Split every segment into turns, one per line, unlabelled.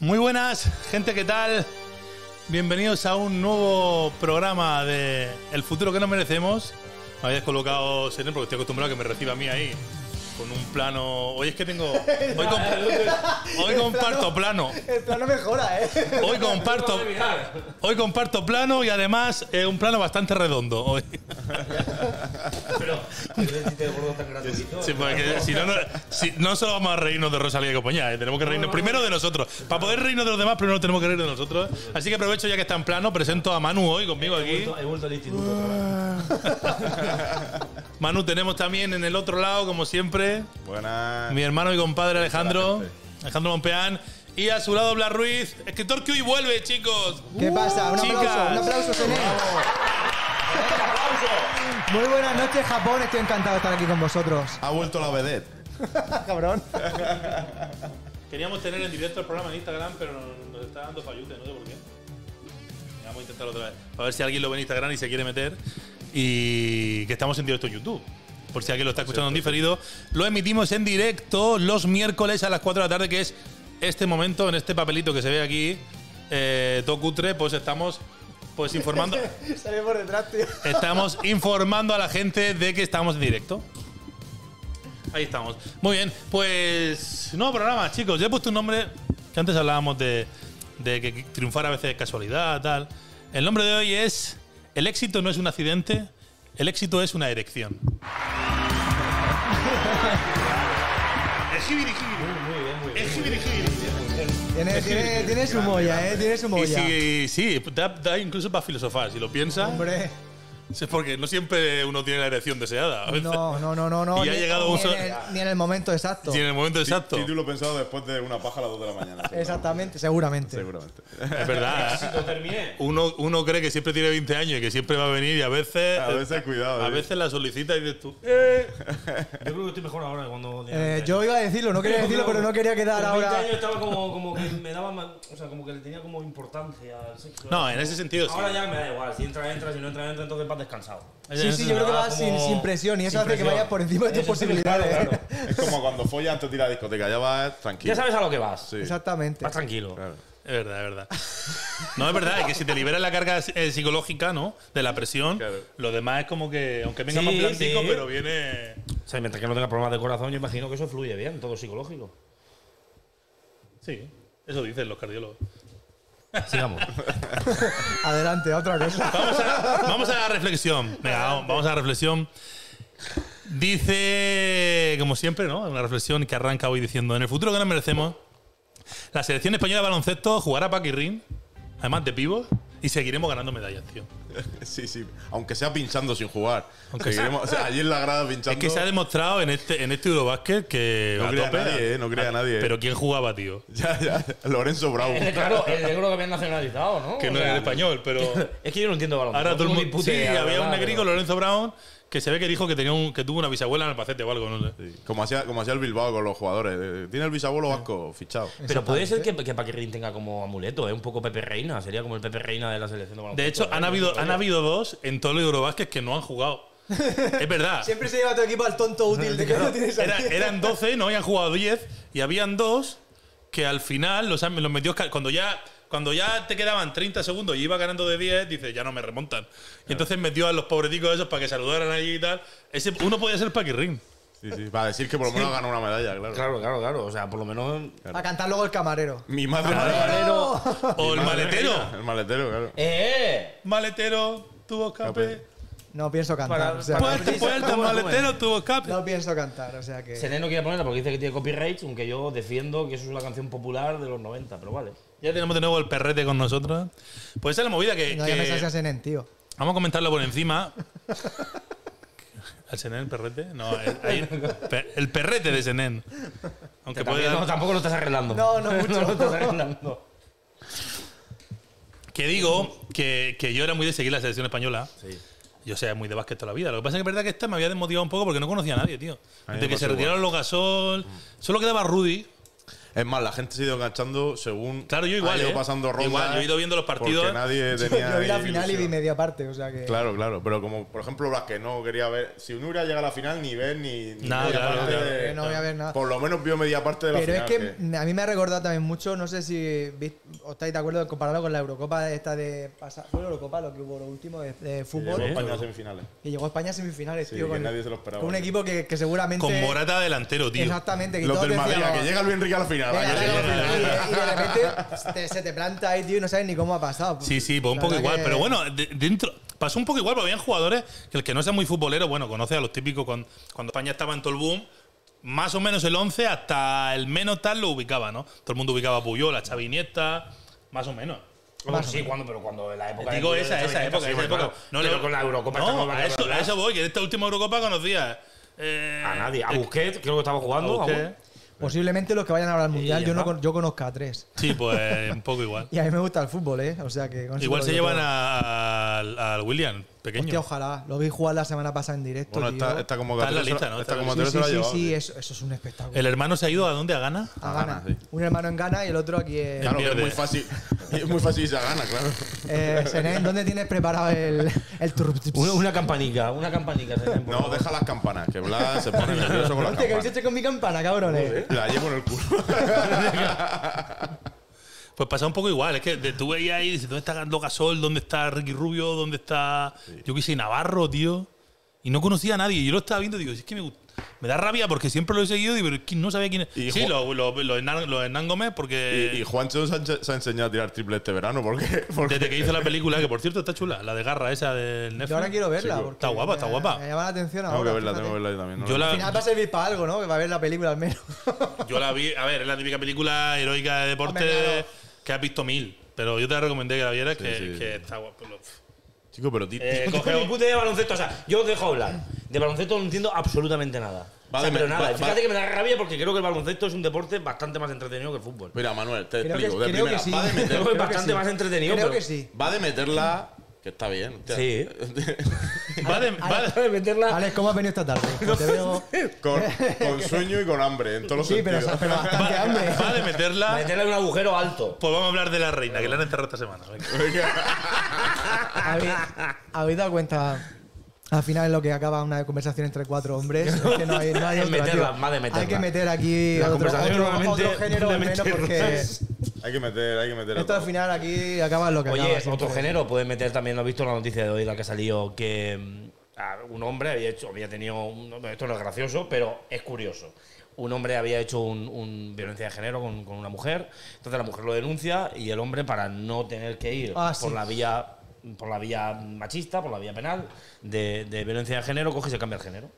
Muy buenas, gente, ¿qué tal? Bienvenidos a un nuevo programa de El futuro que nos merecemos. Me habías colocado, Seren, porque estoy acostumbrado a que me reciba a mí ahí. Con un plano. Hoy es que tengo. Hoy, comp- hoy comparto plano.
El plano mejora, ¿eh?
Hoy comparto. Hoy comparto plano y además eh, un plano bastante redondo. Hoy. Sí, porque si no, no, si- no solo vamos a reírnos de Rosalía y compañía, eh, tenemos que reírnos primero de nosotros. Para poder reírnos de los demás, primero tenemos que reír de nosotros. Así que aprovecho ya que está en plano, presento a Manu hoy conmigo aquí.
He vuelto al instituto otra vez.
Manu, tenemos también en el otro lado, como siempre,
Buenas.
mi hermano y compadre Alejandro,
gente.
Alejandro Mompeán. Y a su lado, Blas Ruiz, escritor que hoy vuelve, chicos.
¿Qué pasa? Un aplauso,
Chicas.
un aplauso, Sene. Muy buenas noches, Japón. Estoy encantado de estar aquí con vosotros.
Ha vuelto la vedette.
Cabrón.
Queríamos tener en directo el programa en Instagram, pero nos está dando fallute, no sé por qué. Vamos a intentarlo otra vez. A ver si alguien lo ve en Instagram y se quiere meter. Y que estamos en directo en YouTube. Por si alguien lo está escuchando en diferido. Lo emitimos en directo los miércoles a las 4 de la tarde, que es este momento, en este papelito que se ve aquí, eh, todo cutre, pues estamos pues informando.
Sale por detrás, tío.
Estamos informando a la gente de que estamos en directo. Ahí estamos. Muy bien, pues nuevo programa, chicos. Yo he puesto un nombre que antes hablábamos de, de que triunfar a veces es casualidad, tal. El nombre de hoy es El éxito no es un accidente, el éxito es una erección. Es jibiri, jibiri.
Muy bien, muy bien.
Es jibiri, jibiri.
Tienes, tienes, tienes su molla, ¿eh? Tienes su
Y
molla.
si- sí, da, da incluso para filosofar. Si lo piensas,
Hombre.
es porque no siempre uno tiene la erección deseada. A veces-
No, no, no, no. no
Pues Y ha
ni-
llegado
ni
un
en
sol-
el- Ni en el momento exacto.
Sí, en el momento exacto.
Título pensado después de una paja a las 2 de la mañana.
Exactamente, seguramente.
Seguramente.
Es verdad.
Lo terminé.
Uno, uno cree que siempre tiene 20 años y que siempre va a venir y a veces.
A veces, cuidado,
A
eh.
veces la solicita y dices tú. "Eh".
Yo creo que estoy mejor ahora que cuando.
Eh,
tenía
yo iba a decirlo, no quería decirlo, pero no quería quedar
Con 20
ahora.
años estaba como, como que me daba. mal- O sea, como que le tenía como importancia al sexo.
No, en ese sentido sí.
Ahora ya me da igual. Si entra, entra. Si no entra, entra. Entonces vas descansado.
Sí, sí, yo creo que
Ah,
vas sin,
como-
sin presión y eso
sin
hace que
presión.
vayas por encima de tus
Eso sí,
posibilidades.
claro,
¿eh?
claro.
Es como cuando follas antes de ir a la discoteca. Ya vas tranquilo.
Ya sabes a lo que vas.
Sí.
Exactamente.
Vas tranquilo.
Claro.
Es verdad, es verdad. No, es verdad, es que si te liberas la carga eh, psicológica, ¿no? De la presión,
Claro.
lo demás es como que, aunque venga
Sí,
más plantico,
sí.
pero viene.
O sea, mientras que no tenga problemas de corazón, yo imagino que eso fluye bien, todo psicológico.
Sí, eso dicen los cardiólogos.
Sigamos.
Adelante, a otra cosa.
Vamos a, vamos a la reflexión. Venga, vamos, vamos a la reflexión. Dice, como siempre, ¿no? Una reflexión que arranca hoy diciendo: En el futuro que nos merecemos, la selección española de baloncesto jugará paquirrín, además de pivos, y seguiremos ganando medallas, tío.
Sí, sí. Aunque sea pinchando sin jugar.
Aunque
Aunque o sea, allí en la grada pinchando.
Es que se ha demostrado en este, en este Eurobásquet que.
No
a
crea
tope,
nadie, eh, no crea nadie, eh.
Pero ¿quién jugaba, tío?
Ya, ya. Lorenzo Bravo.
Eh, claro, el negro que habían nacionalizado, ¿no?
Que
O
no
sea,
era español, pero.
Es que yo no entiendo baloncesto.
Ahora
no
todo el
tengo ni
mundo.
puta
Sí,
idea, la
había un
verdad,
negrico,
pero-
Lorenzo Brown, que se ve que dijo que, tenía un, que tuvo una bisabuela en Albacete o algo, no sé.
Sí. Como, hacía, como hacía el Bilbao con los jugadores. Eh, Tiene el bisabuelo vasco fichado.
Pero puede ser que, que Paquirrin tenga como amuleto, es un poco Pepe Reina, sería como el Pepe Reina de la selección.
De hecho, han habido, han habido dos en todo el Eurobásquet que no han jugado. Es verdad.
Siempre se lleva a tu equipo al tonto útil de que no tienes
Era-
ahí.
eran 12, no habían jugado 10 y habían dos que al final los, han- los metió Oscar- cuando ya cuando ya te quedaban 30 segundos y iba ganando de 10, dice, ya no me remontan. Y entonces metió a los pobreticos esos para que saludaran allí y tal. Ese, uno podía ser Paquirrin.
Sí, sí. Para decir que por lo menos ha ganado una medalla, claro.
Claro, claro, claro. O sea, por lo menos.
A cantar luego el camarero.
Mi madre.
¡Camarero!
O el
Mi madre
maletero.
reina. El maletero, claro.
¡Eh!
Maletero, tuvo escape.
No pienso cantar.
Para-
o sea,
para-
Puerta, puerta, maletero, tuvo escape.
no pienso cantar, o sea que.
Sereno eh. no quiere ponerla porque dice que tiene copyright, aunque yo defiendo que eso es una canción popular de los 90, pero vale.
Ya tenemos de nuevo el perrete con nosotros. Pues esa es la movida que...
No
que-
llames a Senen, tío.
Vamos a comentarlo por encima. ¿Al Senén, el perrete? No, el, ahí- per- el perrete de Senén. Aunque
Que
puede
también-
dar-
no, tampoco lo estás arreglando.
No, no mucho.
lo estás arreglando.
Que digo que, que yo era muy de seguir la selección española.
Sí.
Yo sea muy de básquet toda la vida. Lo que pasa es que es verdad que esta me había desmotivado un poco porque no conocía a nadie, tío.
A mí me
Desde que
pasa
se
igual.
retiraron los gasol, solo quedaba Rudy.
Es más, la gente se ha ido enganchando según.
Claro, yo igual,
Ha ido
¿eh?
pasando rondas.
Igual, yo he ido viendo los partidos.
Porque nadie
Yo,
tenía.
vi la
ahí
final y vi
ilusión.
media parte, o sea que.
Claro, claro. Pero como, por ejemplo, las que no quería ver. Si uno hubiera llegado a la final, ni ver ni. ni
Nada,
media
claro,
parte
claro.
de-
Que no voy a ver nada.
Por lo menos vio media parte de la
Pero es
final.
que a mí me ha recordado también mucho, no sé si vi- os estáis de acuerdo en compararlo con la Eurocopa esta de pasar. Fue la Eurocopa lo que hubo lo último de, de
que llegó
fútbol.
España a semifinales.
Que llegó a España a semifinales,
Sí,
tío.
que
Con,
nadie se lo esperaba.
con un equipo que, que seguramente.
Con Morata delantero, tío.
Exactamente. Que
Los
todos
del Madrid, a
decíamos,
que llega Luis Enrique a la final.
"Venga,
a que
dale,
llega".
dale, dale". Y de repente te- se te planta ahí, tío, y no sabes ni cómo ha pasado.
Sí, sí, pues un
La
poco
verdad
igual.
que-
Pero bueno, de- dentro. Pasó un poco igual, porque habían jugadores que el que no sea muy futbolero, bueno, conoce a los típicos cuando, cuando España estaba en todo el boom. Más o menos el 11 hasta el menos tal lo ubicaba, ¿no? Todo el mundo ubicaba a Puyol, a Xavi Iniesta, más o menos.
Bueno, sí, cuando, pero cuando en la época. de-
Digo
de
esa,
Xavi
esa
Iniesta,
época,
sí,
esa
bueno,
época.
claro. pero con la Eurocopa
no,
estamos
a, eso,
acostumbrados.
a eso voy, que en esta última Eurocopa conocía eh,
A nadie. A
eh,
Busquets, creo que estaba
a
jugando. a
Busquets.
Busquets.
Posiblemente los que vayan ahora al mundial,
ya
yo, no,
está.
con- yo conozco a tres.
Sí, pues un poco igual.
Y a mí me gusta el fútbol, ¿eh? O sea que. con eso
Igual
lo
se
digo
llevan
todo.
a- al al William, pequeño.
Hostia, ojalá. Lo vi jugar la semana pasada en directo.
Bueno,
tío.
está, está como
Está en la
Catrero se
lista,
la-
¿no?
Está
Está
como
en
sí,
Catrero se
sí,
la ha
sí,
llevado.
sí, eso, eso es un espectáculo.
El hermano se ha ido a dónde? ¿A Ghana?
a
Gana,
Ghana.
¿eh? Ah, sí.
Un hermano en Ghana y el otro aquí en.
Claro, que es
pierde.
muy fácil. Es muy fácil y se gana, claro.
Eh, Senén, ¿dónde tienes preparado el, el tour?
Una, una campanica, una campanica. Serén, por
No,
favor.
deja las campanas, que Blas se pone nervioso con las
Hostia, que habéis
campanas.
hecho con mi campana, cabrones.
La llevo en el culo.
Pues pasa un poco igual, es que de- tú veías ahí, dices, ¿dónde está Gando Gasol? ¿Dónde está Ricky Rubio? ¿Dónde está, yo qué sé, Navarro, tío? Y no conocía a nadie. Yo lo estaba viendo y digo, es que me, gust- me da rabia porque siempre lo he seguido, y- pero es que no sabía quién es.
Y
sí,
Ju-
los lo, lo Hernán, lo Hernán Gómez, porque
Y, y Juancho se ha, enche- se ha enseñado a tirar triple este verano, ¿por qué? Porque
desde que hizo la película, que por cierto está chula, la de Garra esa del Netflix.
Yo ahora quiero verla.
Sí,
porque
está guapa, está
me-
guapa.
Me llama la atención ahora.
tengo que verla,
fíjate.
tengo que verla yo también. ¿no?
Yo la-
Al final va a servir para algo, ¿no? Que va a ver la película al menos.
Yo la vi, a ver, es la típica película heroica de deporte
Hombre, claro.
que has visto mil, pero yo te recomendé que la vieras, que,
sí,
que
sí.
está guapa. Lo-
Chico, pero ti-
Eh,
No
coge-
tengo ni puta idea de baloncesto. O sea, yo os dejo hablar. De baloncesto no entiendo absolutamente nada.
Va
O sea,
de
pero
me-
nada.
va-
Fíjate
va-
que me da rabia porque creo que el baloncesto es un deporte bastante más entretenido que el fútbol.
Mira, Manuel, te
Creo que,
explico. de
creo que
primera,
sí.
va, de meter-
Creo que
bastante
sí.
más entretenido,
Creo
pero-
que sí.
va de meterla, que está bien. hostia.
Sí.
va de- va de-
meterla.
Alex, ¿cómo has venido esta tarde? Te veo.
Con, con sueño y con hambre, en todos los
Sí, pero,
sentidos.
pero
va-
bastante hambre.
va de meterla.
Meterla en un agujero alto.
Pues vamos a hablar de la reina, que la han enterrado esta semana. Venga.
¿Habéis, habéis dado cuenta al final lo que acaba una conversación entre cuatro hombres? Es que no hay, no hay
Es
otra,
meterla,
tío.
más de meterla.
Hay que meter aquí
La
otro,
conversación
otro-
normalmente
otro género
de
al menos
meterla.
porque
hay que meter, hay que meter. a
esto al
todo.
final aquí acaba lo que
Oye,
acaba. siempre.
otro género puede meter también. ¿No has visto la noticia de hoy, la que ha salido? Que mm, a- un hombre había hecho, había tenido. un- no, esto no es gracioso, pero es curioso. Un hombre había hecho un, un violencia de género con, con una mujer. Entonces la mujer lo denuncia y el hombre, para no tener que ir
Ah,
por
sí.
la vía por la vía machista, por la vía penal de, de violencia de género, coge y se cambia el género.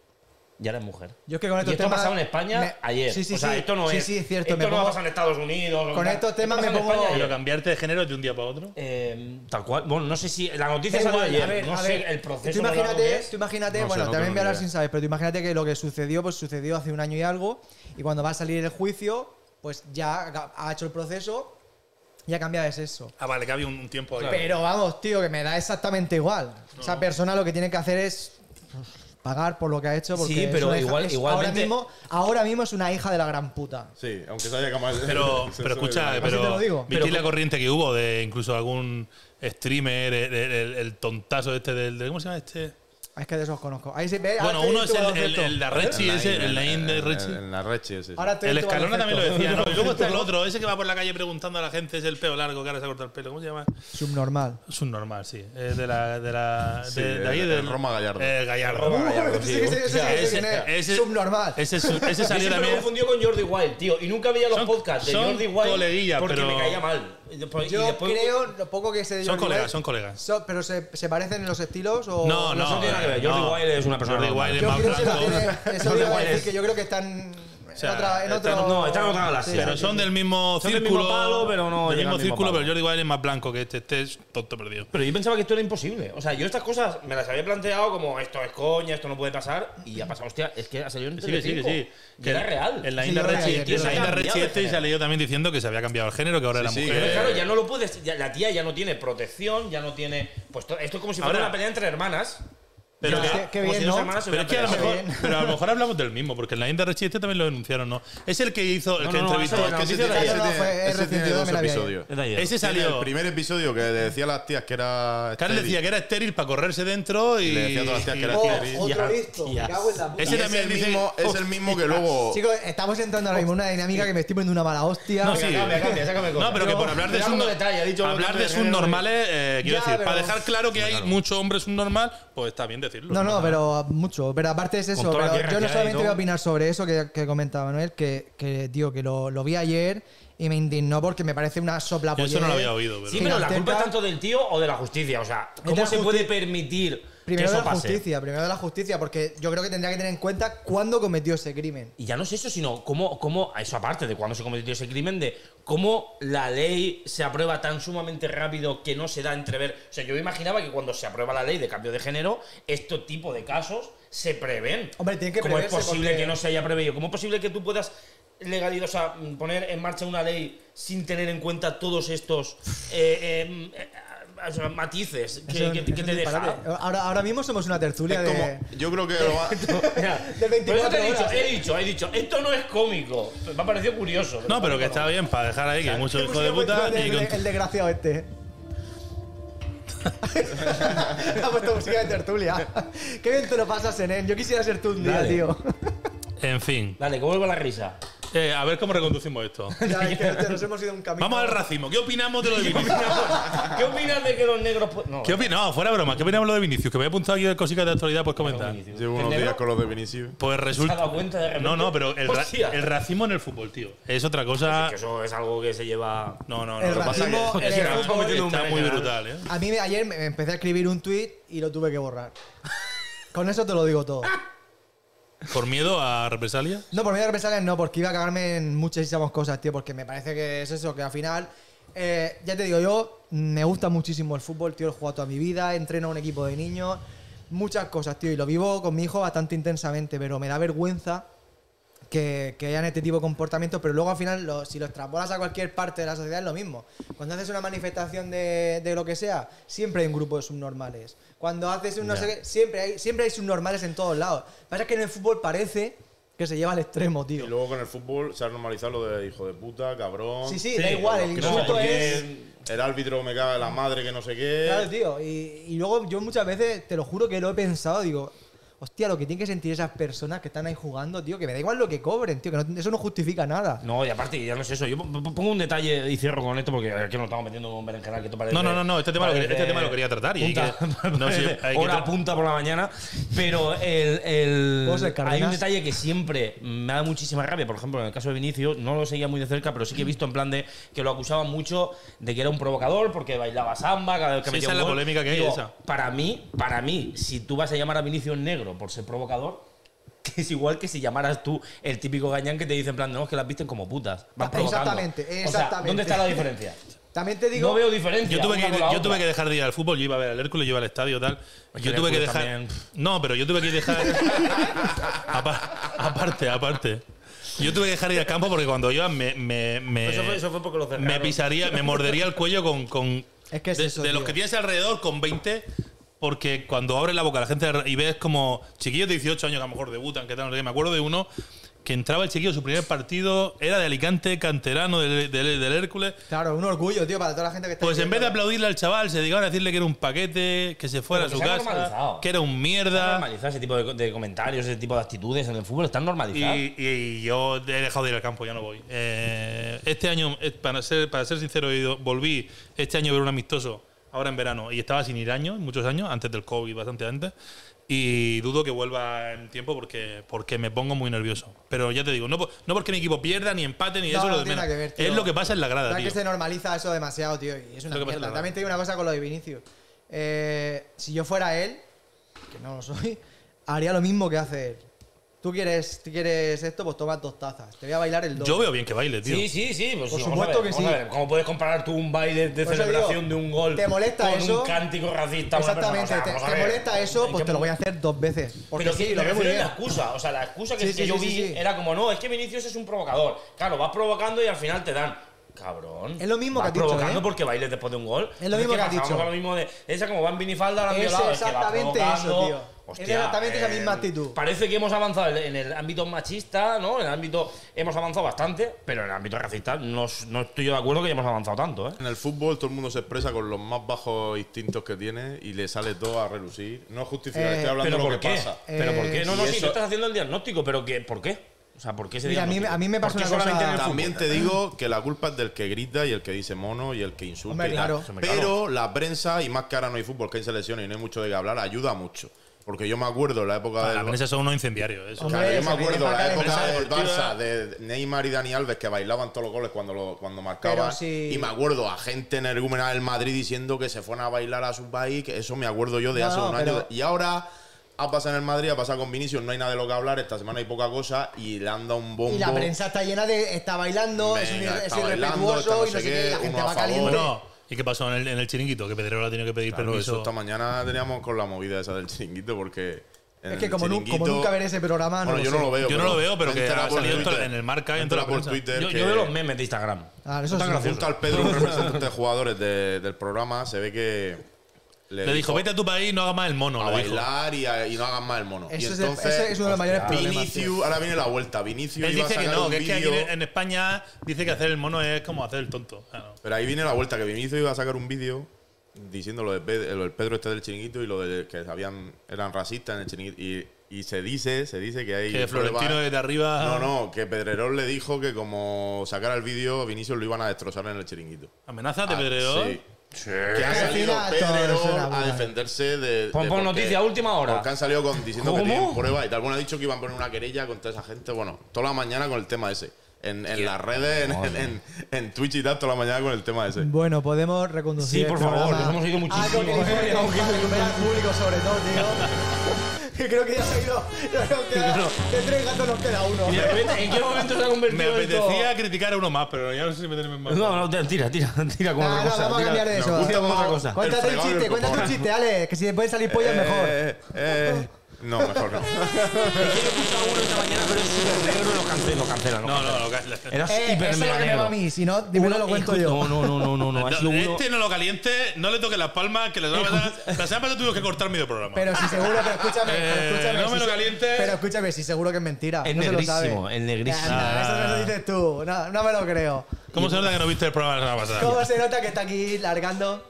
Y ahora es mujer.
Yo es que con
Y
estos
esto
temas
ha pasado en España
me-
ayer.
Sí, sí,
o sea,
sí.
esto no
Sí,
es.
sí, es cierto,
Esto
me
no
pongo-
ha pasado en Estados Unidos.
Con
no-
estos
esto
temas
pasa
me
en
pongo-
España ayer.
Pero cambiarte de género de un día para otro.
Eh,
Em,
tal cual. Bueno, no sé si. La noticia
Da
salió
igual,
ayer.
a ver,
no
a
sé
ver,
el proceso.
Tú
lo largo que
imagínate,
es.
tú imagínate
No sé,
bueno,
no
también
tengo
voy a
ni
hablar
idea.
sin saber, pero tú imagínate que lo que sucedió, pues sucedió hace un año y algo, y cuando va a salir el juicio, pues ya ha- ha hecho el proceso y ha cambiado de sexo.
Ah, vale, que había un, un tiempo ahí.
Pero vamos, tío, que me da exactamente igual. Esa persona lo que tiene que hacer es pues, pagar por lo que ha hecho. Porque
Sí,
es
pero
una hija-
igual-
es- ahora
igualmente-
mismo, ahora mismo es una hija de la gran puta.
Sí, aunque se haya cambiado.
Pero, pero escucha,
te lo
pero
digo.
visteis
Pero-
la corriente que hubo de incluso algún streamer, el, el- el- el tontazo este del. de- ¿Cómo se llama este?
Es que de esos conozco. Ahí sí, ve,
Bueno,
ahora
uno es
estoy en tu
el, el,
baloncesto.
el de Arrechi, ese, el Nain de Arrechi.
En la Rechi, sí. sí.
Ahora estoy en
El
tu
Escalona también lo
baloncesto.
decía, ¿no? Y luego está el otro, ese que va por la calle preguntando a la gente, es el pelo largo que ahora se ha cortado el pelo. ¿Cómo se llama?
Subnormal.
Es un normal, sí. Es de la. De, la, de,
Sí,
de ahí,
el-
del.
el Roma Gallardo.
El Gallardo.
Roma Gallardo.
Sí, sí, sí, sí, sí,
Ese-
sí, sí,
ese-
Subnormal.
Ese, su- ese
Yo
salió
siempre me
también.
confundió con Jordi Wild, tío. Y nunca veía los
Son-
podcasts de
son
Jordi Wild
coleguillas,
porque
pero-
me caía mal. Y después- y
Yo
después-
creo, lo poco que sé de
Son
Jordi
colegas,
Wild-
son colegas.
So- ¿Pero se, se parecen en los estilos? O
No, no.
tiene nada que ver. Jordi
no.
Wild es una persona
Jordi
normal.
Wild es
Yo
más
creo que la
blanco.
tiene- eso
Jordi
iba a
Wild
decir
es-
que yo creo que están en,
sea,
otra, en otro.
están- no, están en otra galaxia.
Pero son del mismo
Son del
círculo.
mismo palo, pero no
Del mismo
llegan al mismo
círculo,
palo.
pero Jordi Wild es más blanco que este. Este es tonto perdido.
Pero yo pensaba que esto era imposible. O sea, yo estas cosas me las había planteado como esto es coña, esto no puede pasar. Y ha pasado, hostia, es que ha salido en
Sí, que sí, que
Telecinco.
sí.
Y
Que
era
en-
real.
En la
Sí,
Inda
yo lo
Rechi,
veía ayer.
en la
Se ha
Inda
cambiado
Rechi
de
este y
género.
salió también diciendo que se había cambiado el género, que ahora era
Sí, sí,
mujer.
Pero
Eh,
claro, ya no lo puedes. ya la tía ya no tiene protección, ya no tiene. Pues to- esto es como si fuera
Ahora-
una pelea entre hermanas.
Pero
Ya,
que,
qué- qué
como
bien,
si dos
¿no?
semanas se
pero es que a lo
Qué
mejor,
bien.
pero a lo mejor hablamos del mismo, porque el Line de Richie este también lo denunciaron, ¿no? Es el que hizo, el
No,
que
no, no,
entrevistó.
ese no.
ese
sí,
tiene-
sí,
ese
no,
tiene-
fue- es
ese tiene
resentido,
dos
me la vi ayer.
episodios.
Es de ayer.
Ese
Tiene
salió.
El primer episodio que le decía a las tías que era.
Carl
estéril.
decía que era estéril para correrse dentro y.
Le decía a todas las tías que era
y-
Oh,
Jerry.
otro
Ya,
listo.
ya.
Me cago en la puta.
Ese
Y es
también
el
dice-
mismo, es el mismo que luego.
Chicos, estamos entrando ahora mismo en una dinámica que me estoy poniendo una mala hostia.
No, sí.
Cambia, cambia, sácame cosas.
No, pero que por hablar de
Pero algún
subno-
detalle, ha dicho algo
hablar
que
de
me genera-
subnormales, eh, quiero
Ya,
decir,
pero-
para dejar claro que hay mucho hombre subnormal, pues está bien decirlo.
No, no, pero mucho. Pero aparte es eso.
toda la
pero
guerra
yo
que
no
hay,
solamente
¿no?
voy a opinar sobre eso que, que comentaba Manuel, que, que, tío, que lo, lo vi ayer y me indignó porque me parece una sopla
Yo eso no lo había oído, pero-
Sí, pero la culpa es
Gigantesca.
tanto del tío o de la justicia. O sea,
de
¿cómo
la
se puede permitir que
Primero de
eso
la
pase?
justicia, primero de la justicia, porque yo creo que tendría que tener en cuenta cuándo cometió ese crimen.
Y ya no es eso, sino cómo, cómo eso aparte de cuando se cometió ese crimen, de cómo la ley se aprueba tan sumamente rápido que no se da a entrever. O sea, yo me imaginaba que cuando se aprueba la ley de cambio de género, este tipo de casos se prevén.
Hombre, tiene que
¿Cómo es
preverse,
posible
porque-
que no se haya previsto? ¿Cómo es posible que tú puedas legalidad, o sea, mm, poner en marcha una ley sin tener en cuenta todos estos eh, eh, mm, eh, ah, o sea, matices que,
Eso-
que- que
eso
te
es disparate.
deja?
Ahora, ahora mismo somos una tertulia
es como-
de.
yo creo que lo va-
Mira,
De 24
por eso te he dicho,
horas.
he dicho, he dicho, esto no es cómico. Me ha parecido curioso.
No, pero que está bien para dejar ahí que hay mucho hijo de puta
El,
y con-
el desgraciado este. ha puesto música de tertulia. Qué bien te lo pasas en él. Yo quisiera ser tú un día,
Dale.
tío.
En fin.
Dale, que vuelva la risa.
Eh, a ver cómo reconducimos esto.
Ya, es que nos hemos ido un camino.
Vamos al racismo. ¿Qué opinamos de lo de Vinicius?
¿Qué opinas de que los negros... pu- No,
¿Qué opinamos? fuera broma. ¿Qué opinamos de lo de Vinicius? Que me he apuntado aquí de cositas de actualidad por comentar.
Llevo unos días con los de Vinicius.
Pues
¿Te has
resulta...
dado cuenta de repente?
No, no, pero el, ra-
Hostia.
el racismo en el fútbol, tío. Es otra cosa...
Que eso es algo que se lleva...
No, no, no.
El
Lo que pasa es que-
racismo en
es
el
que
fútbol-
Está muy brutal, ¿eh?
A mí me- ayer me empecé a escribir un tweet y lo tuve que borrar. Con eso te lo digo todo.
¿Por miedo a represalias?
No, por medio de represalias no, porque iba a cagarme en muchísimas cosas, tío, porque me parece que es eso, que al final, eh, ya te digo yo, me gusta muchísimo el fútbol, tío, lo he jugado toda mi vida, entreno a un equipo de niños, muchas cosas, tío, y lo vivo con mi hijo bastante intensamente, pero me da vergüenza que, que hayan este tipo de comportamientos, pero luego al final, lo- si lo extrapolas a cualquier parte de la sociedad, es lo mismo. Cuando haces una manifestación de, de lo que sea, siempre hay un grupo de subnormales. Cuando haces un no sé qué, siempre hay, siempre hay subnormales en todos lados. Lo que pasa es que en el fútbol parece que se lleva al extremo,
Y
tío.
luego con el fútbol se ha normalizado lo de hijo de puta, cabrón.
Sí, sí, da igual, el
que
no,
insulto
porque-
es.
El árbitro me caga en la madre que no sé qué.
Claro, tío. Y, y luego yo muchas veces, te lo juro que lo he pensado, digo, hostia, lo que tienen que sentir esas personas que están ahí jugando, tío, que me da igual lo que cobren, tío, que no- eso no justifica nada.
No, y aparte, ya no es eso. Yo p- p- pongo un detalle y cierro con esto porque aquí nos estamos metiendo en un berenjenal que esto parece...
No, no, no, no, este tema lo quería-
parece
este tema lo quería tratar y hay
punta-
que- no, sí, hay que
hora
tra-
punta por la mañana. Pero el, el-
Vos, el
hay un
Cárdenas.
detalle que siempre me da muchísima rabia. Por ejemplo, en el caso de Vinicius, no lo seguía muy de cerca, pero sí que he visto en plan de que lo acusaban mucho de que era un provocador porque bailaba samba cada vez que
Sí,
metía
esa
un
es la
gol.
polémica que hay,
Digo,
esa.
Para mí, para mí, si tú vas a llamar a Vinicius negro por ser provocador... Que es igual que si llamaras tú el típico gañán que te dice en plan, no, es que las visten como putas. Van provocando.
Exactamente,
O sea,
exactamente.
¿Dónde está la diferencia?
También te digo.
no veo diferencia.
Yo tuve,
una
que, ir-
con la
yo tuve
otra.
que dejar de ir al fútbol, yo iba a ver al Hércules, yo iba al estadio tal.
Es que
yo
el
tuve que
Hércules
dejar.
también-
No, pero yo tuve que dejar. Apa- aparte, aparte. Yo tuve que dejar de ir al campo porque cuando iba me. me, me-
Pues Eso fue- eso fue porque lo cerraron.
Me pisaría, me mordería el cuello con. con-
Es que es
de,
eso,
de los
tío.
que tienes alrededor con 20. Porque cuando abres la boca la gente y ves como chiquillos de 18 años que a lo mejor debutan, que tal, no sé qué. Me acuerdo de uno que entraba el chiquillo, su primer partido era de Alicante, canterano del- del- del Hércules.
Claro, un orgullo, tío, para toda la gente que está.
Pues en vez de
viendo.
aplaudirle al chaval, se dedicaban a decirle que era un paquete, que se fuera a
Pero
su
que se ha
casa,
normalizado.
que era un
Está
mierda.
normalizado ese tipo de, de comentarios, ese tipo de actitudes en el fútbol. Están
Y,
normalizados.
y yo he dejado de ir al campo, ya no voy. Eh, este año, eh, para ser, para ser sincero, he ido- volví este año a ver un amistoso, ahora en verano, y estaba sin ir años, muchos años, antes del COVID, bastante antes. Y dudo que vuelva en tiempo porque, porque me pongo muy nervioso. Pero ya te digo, no, po- no porque mi equipo pierda, ni empate, ni
No,
eso
no
es lo de
tiene
menos.
nada que ver, tío.
es lo que pasa en la grada,
Verdad
tío.
que se normaliza eso demasiado, tío. Y es una
Lo que pasa es
mierda.
la
También te digo una cosa con lo de Vinicius. Eh, si yo fuera él, que no lo soy, haría lo mismo que hace él. Tú quieres, tú quieres esto, pues toma dos tazas. Te voy a bailar el doble.
Yo veo bien que baile, tío.
Sí, sí, sí. Pues
Por
sí,
supuesto
vamos a ver,
que
vamos a
sí.
ver, ¿Cómo puedes comparar tú un baile de
Por eso
celebración
digo,
de un gol
¿te molesta
con
eso?
un cántico racista? a una
Exactamente,
persona? O sea,
te,
vamos a
te
ver.
molesta eso,
Hay
pues
que-
te lo voy a hacer dos veces. Porque
pero
sí,
sí,
lo
me
veo muy
refiero a
bien.
la excusa. O sea, la excusa que,
Sí,
es que
sí,
yo
sí,
vi
sí, sí.
era como, no, es que Vinicius es un provocador. Claro, vas provocando y al final te dan. Cabrón.
Es lo mismo
vas
que has dicho,
provocando
¿eh?
porque bailes después de un gol.
Es lo mismo que has
pasamos
dicho.
a lo mismo de. Esa como va en vinifalda, la han
Es
violado. Es que va
exactamente eso,
provocando,
tío.
Hostia, eh,
Es exactamente esa misma actitud.
Parece que hemos avanzado en el ámbito machista, ¿no? En el ámbito. Hemos avanzado bastante, pero en el ámbito racista no, no estoy yo de acuerdo que hayamos avanzado tanto, ¿eh?
En el fútbol todo el mundo se expresa con los más bajos instintos que tiene y le sale todo a relucir. No es justificar,
Eh,
estoy hablando
¿Pero
de lo
por
que
qué?
pasa.
¿Pero por qué? No, no,
y
sí,
eso-
tú estás haciendo el diagnóstico, pero que, ¿por qué? O sea, ¿por qué ese
Mira, a mí-
diagnóstico?
a mí me
¿Por
pasa
qué
una
solamente
cosa-
en el fútbol? Ah.
También te digo que la culpa es del que grita y el que dice mono y el que insulta.
Hombre,
y tal.
claro.
Hombre, claro.
Pero la prensa, y más que ahora no hay fútbol, que hay selecciones y no hay mucho de qué hablar, ayuda mucho. Porque yo me acuerdo en la época
La
del.
prensa son unos incendiarios. Eso.
Hombre,
Claro, yo
se
me acuerdo
viene para
la
acá la
época del
prensa
Barça, de Neymar y Dani Alves, que bailaban todos los goles cuando, lo- cuando marcaban.
Pero si-
Y me acuerdo a gente en el Gumeral del Madrid diciendo que se fueron a bailar a su país, que eso me acuerdo yo de
No,
hace
no,
un
pero-
año. Y ahora ha pasado en el Madrid, ha pasado con Vinicius, no hay nada de lo que hablar, esta semana hay poca cosa y le han dado un bombo.
Y la prensa está llena de. Está bailando, es, un,
Venga,
es
está bailando,
irrespetuoso
está no
y no
sé
sé
qué,
qué. La gente
uno a
va
favor.
caliente.
No,
Bueno, ¿y qué pasó en el, en el chiringuito? Que Pedrero ha tenido que pedir
Claro, eso
permiso.
esta mañana teníamos con la movida esa del chinguito porque. en
Es que
el
como, nu-
chiringuito-
como nunca veré ese programa, no
Bueno,
lo
yo
sé.
no lo veo.
Yo no lo veo, pero
me
que
entera
ha
por
salido en
Twitter.
el Marca y en
Me
toda
entera
la
por
prensa.
Twitter.
Yo,
que-
yo veo los memes de Instagram.
Ah, eso
Está
sí.
Un tal Pedro, un representante de jugadores de- del programa, se ve que
Le dijo, vete a tu país y no hagas más el mono.
a
le dijo.
bailar y, a- y no hagan mal el mono. y
Eso es el-
entonces,
ese es uno de los mayores
Hostia.
problemas, tío.
Vinicius, ahora viene la vuelta. Vinicius
Él
iba a
dice que
sacar
no,
un
que es que aquí
vídeo.
en España dice que hacer el mono es como hacer el tonto. Ah, no.
Pero ahí viene la vuelta, que Vinicius iba a sacar un vídeo diciendo lo, de Pe- lo del Pedro este del chiringuito y lo de que habían, eran racistas en el chiringuito. Y, y se dice, se dice que hay.
Que Florentino Ah.
pruebas-
desde arriba.
No, no, que Pedrerol le dijo que como sacara el vídeo, Vinicius lo iban a destrozar en el chiringuito.
Amenazas de
Ah,
Pedrerol.
sí. Que ha
Al
salido
final todo eso
Pedrerol
era
a
brutal.
defenderse de.
Pon-
de
pon
por qué-
noticia, última hora.
Porque han salido con, diciendo
¿Cómo?
que tienen pruebas y tal. Bueno, ha dicho que iban a poner una querella contra esa gente. Bueno, toda la mañana con el tema ese. En, en las redes, en, en- en Twitch y tal, toda la mañana con el tema ese.
Bueno, podemos reconducir.
Sí, por
el
favor,
programa Ah,
nos hemos ido
a
muchísimo.
conclusiones, para recuperar al público, sobre todo, tío. Que Creo que ya se ha ido. ya nos queda- De tres gatos nos queda uno.
Y de repente, ¿En qué momento se ha
Me
convertido esto?
apetecía criticar a uno más, pero ya no sé si meterme en más.
No, no, tira, tira, tira como
Nah,
otra
no,
cosa.
vamos a
tira.
cambiar de
Nos
eso.
gusta como otra cosa.
Cuéntate
El
un
fregado y
chiste,
el
cuéntate un
cupón.
chiste, Ale. Que si te pueden salir pollas, mejor.
Eh, eh, no, mejor no.
Negro lo cancela, lo cancela.
no, no, no, lo-
Eras
Eh, eso
hiper
es lo
mega
que me va a
negro.
mí. Si no, primero lo cuento yo.
No, no, no, no, no. Ha sido uno.
este no lo caliente, no le toque las palmas, que la semana pasada, la semana pasada tuvimos que cortar medio programa.
Pero si seguro, pero escúchame, pero
Eh, no
escúchame.
me
si
lo
se-
calientes.
Pero escúchame, si seguro que es mentira.
Es
no se lo sabe.
negrísimo, es negrísimo.
Anda, Eso no lo dices tú. No, no me lo creo.
¿Cómo se nota que no viste el programa la semana pasada?
¿Cómo se nota que está aquí largando?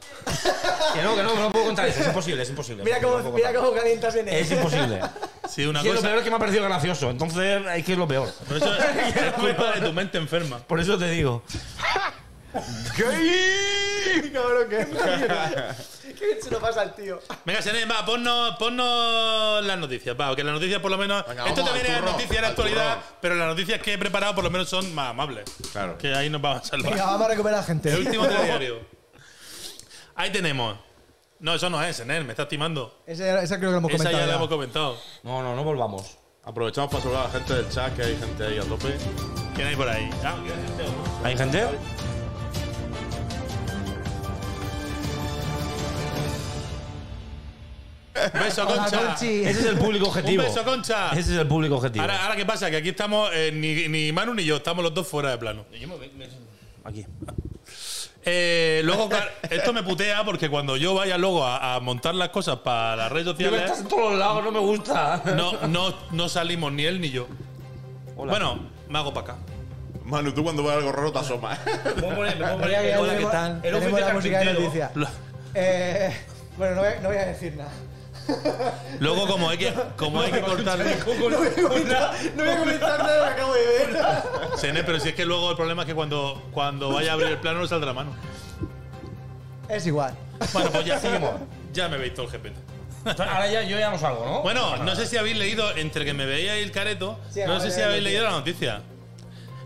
Que no, que no, que no puedo contar eso. Es imposible, es imposible.
Mira
No
cómo,
puedo
mira
contar.
cómo calientas en
Es
él.
imposible.
Sí, una
Y es lo
cosa.
peor es que me ha parecido gracioso. Entonces, es que es lo peor.
Pero eso es culpa de tu mente enferma.
Por eso te digo.
Cabrón, que. Qué bien se lo pasa al tío.
Venga, Sené, va, ponnos, ponnos las noticias. Va, que las noticias por lo menos.
Venga,
esto
vamos,
también
al
es
turrón,
noticias de
al
actualidad,
turrón.
pero las noticias que he preparado por lo menos son más amables.
Claro.
Que ahí nos vamos a salvar.
Venga, vamos a recuperar a
El
la gente.
último telediario. Ahí tenemos. No, eso no es, Sené, me estás timando.
Ese, ese creo que lo hemos
Esa
comentado.
ya la
ya.
hemos comentado.
No, no, no volvamos.
Aprovechamos para saludar a la gente del chat, que hay gente ahí a tope.
¿Quién hay por ahí? Ah, ¿qué hay?
¿Hay gente?
Beso,
Hola,
Concha.
Conchi.
Ese es el público objetivo.
Un beso, Concha.
Ese es el público objetivo.
Ahora, ahora, ¿qué pasa? Que aquí estamos, eh, ni, ni Manu ni yo, estamos los dos fuera de plano.
Aquí.
Eh, luego, claro, esto me putea porque cuando yo vaya luego a, a montar las cosas para las redes
Tío, que estás
sociales,
en todos lados, no me gusta.
no, no, no salimos ni él ni yo.
Hola.
Bueno, me hago para acá.
Manu, tú cuando ves algo raro te ¿eh? asomas.
Mira que ya tenemos- Tenemos la música de noticias.
Lo-
Eh, bueno, no voy, no voy a decir nada.
Luego, como hay que, como hay que cortar.
No voy a comentar nada, lo acabo de ver.
Sene, pero si es que luego el problema es que cuando, cuando vaya a abrir el plano no saldrá mano.
Es igual.
Bueno, pues ya seguimos. Ya me veis todo el GPT.
Ahora ya, yo ya no salgo, ¿no?
Bueno, no sé si habéis leído, entre que me veía y el careto,
Sí,
no sé
ahora
si
ya
habéis
lo
leído la noticia.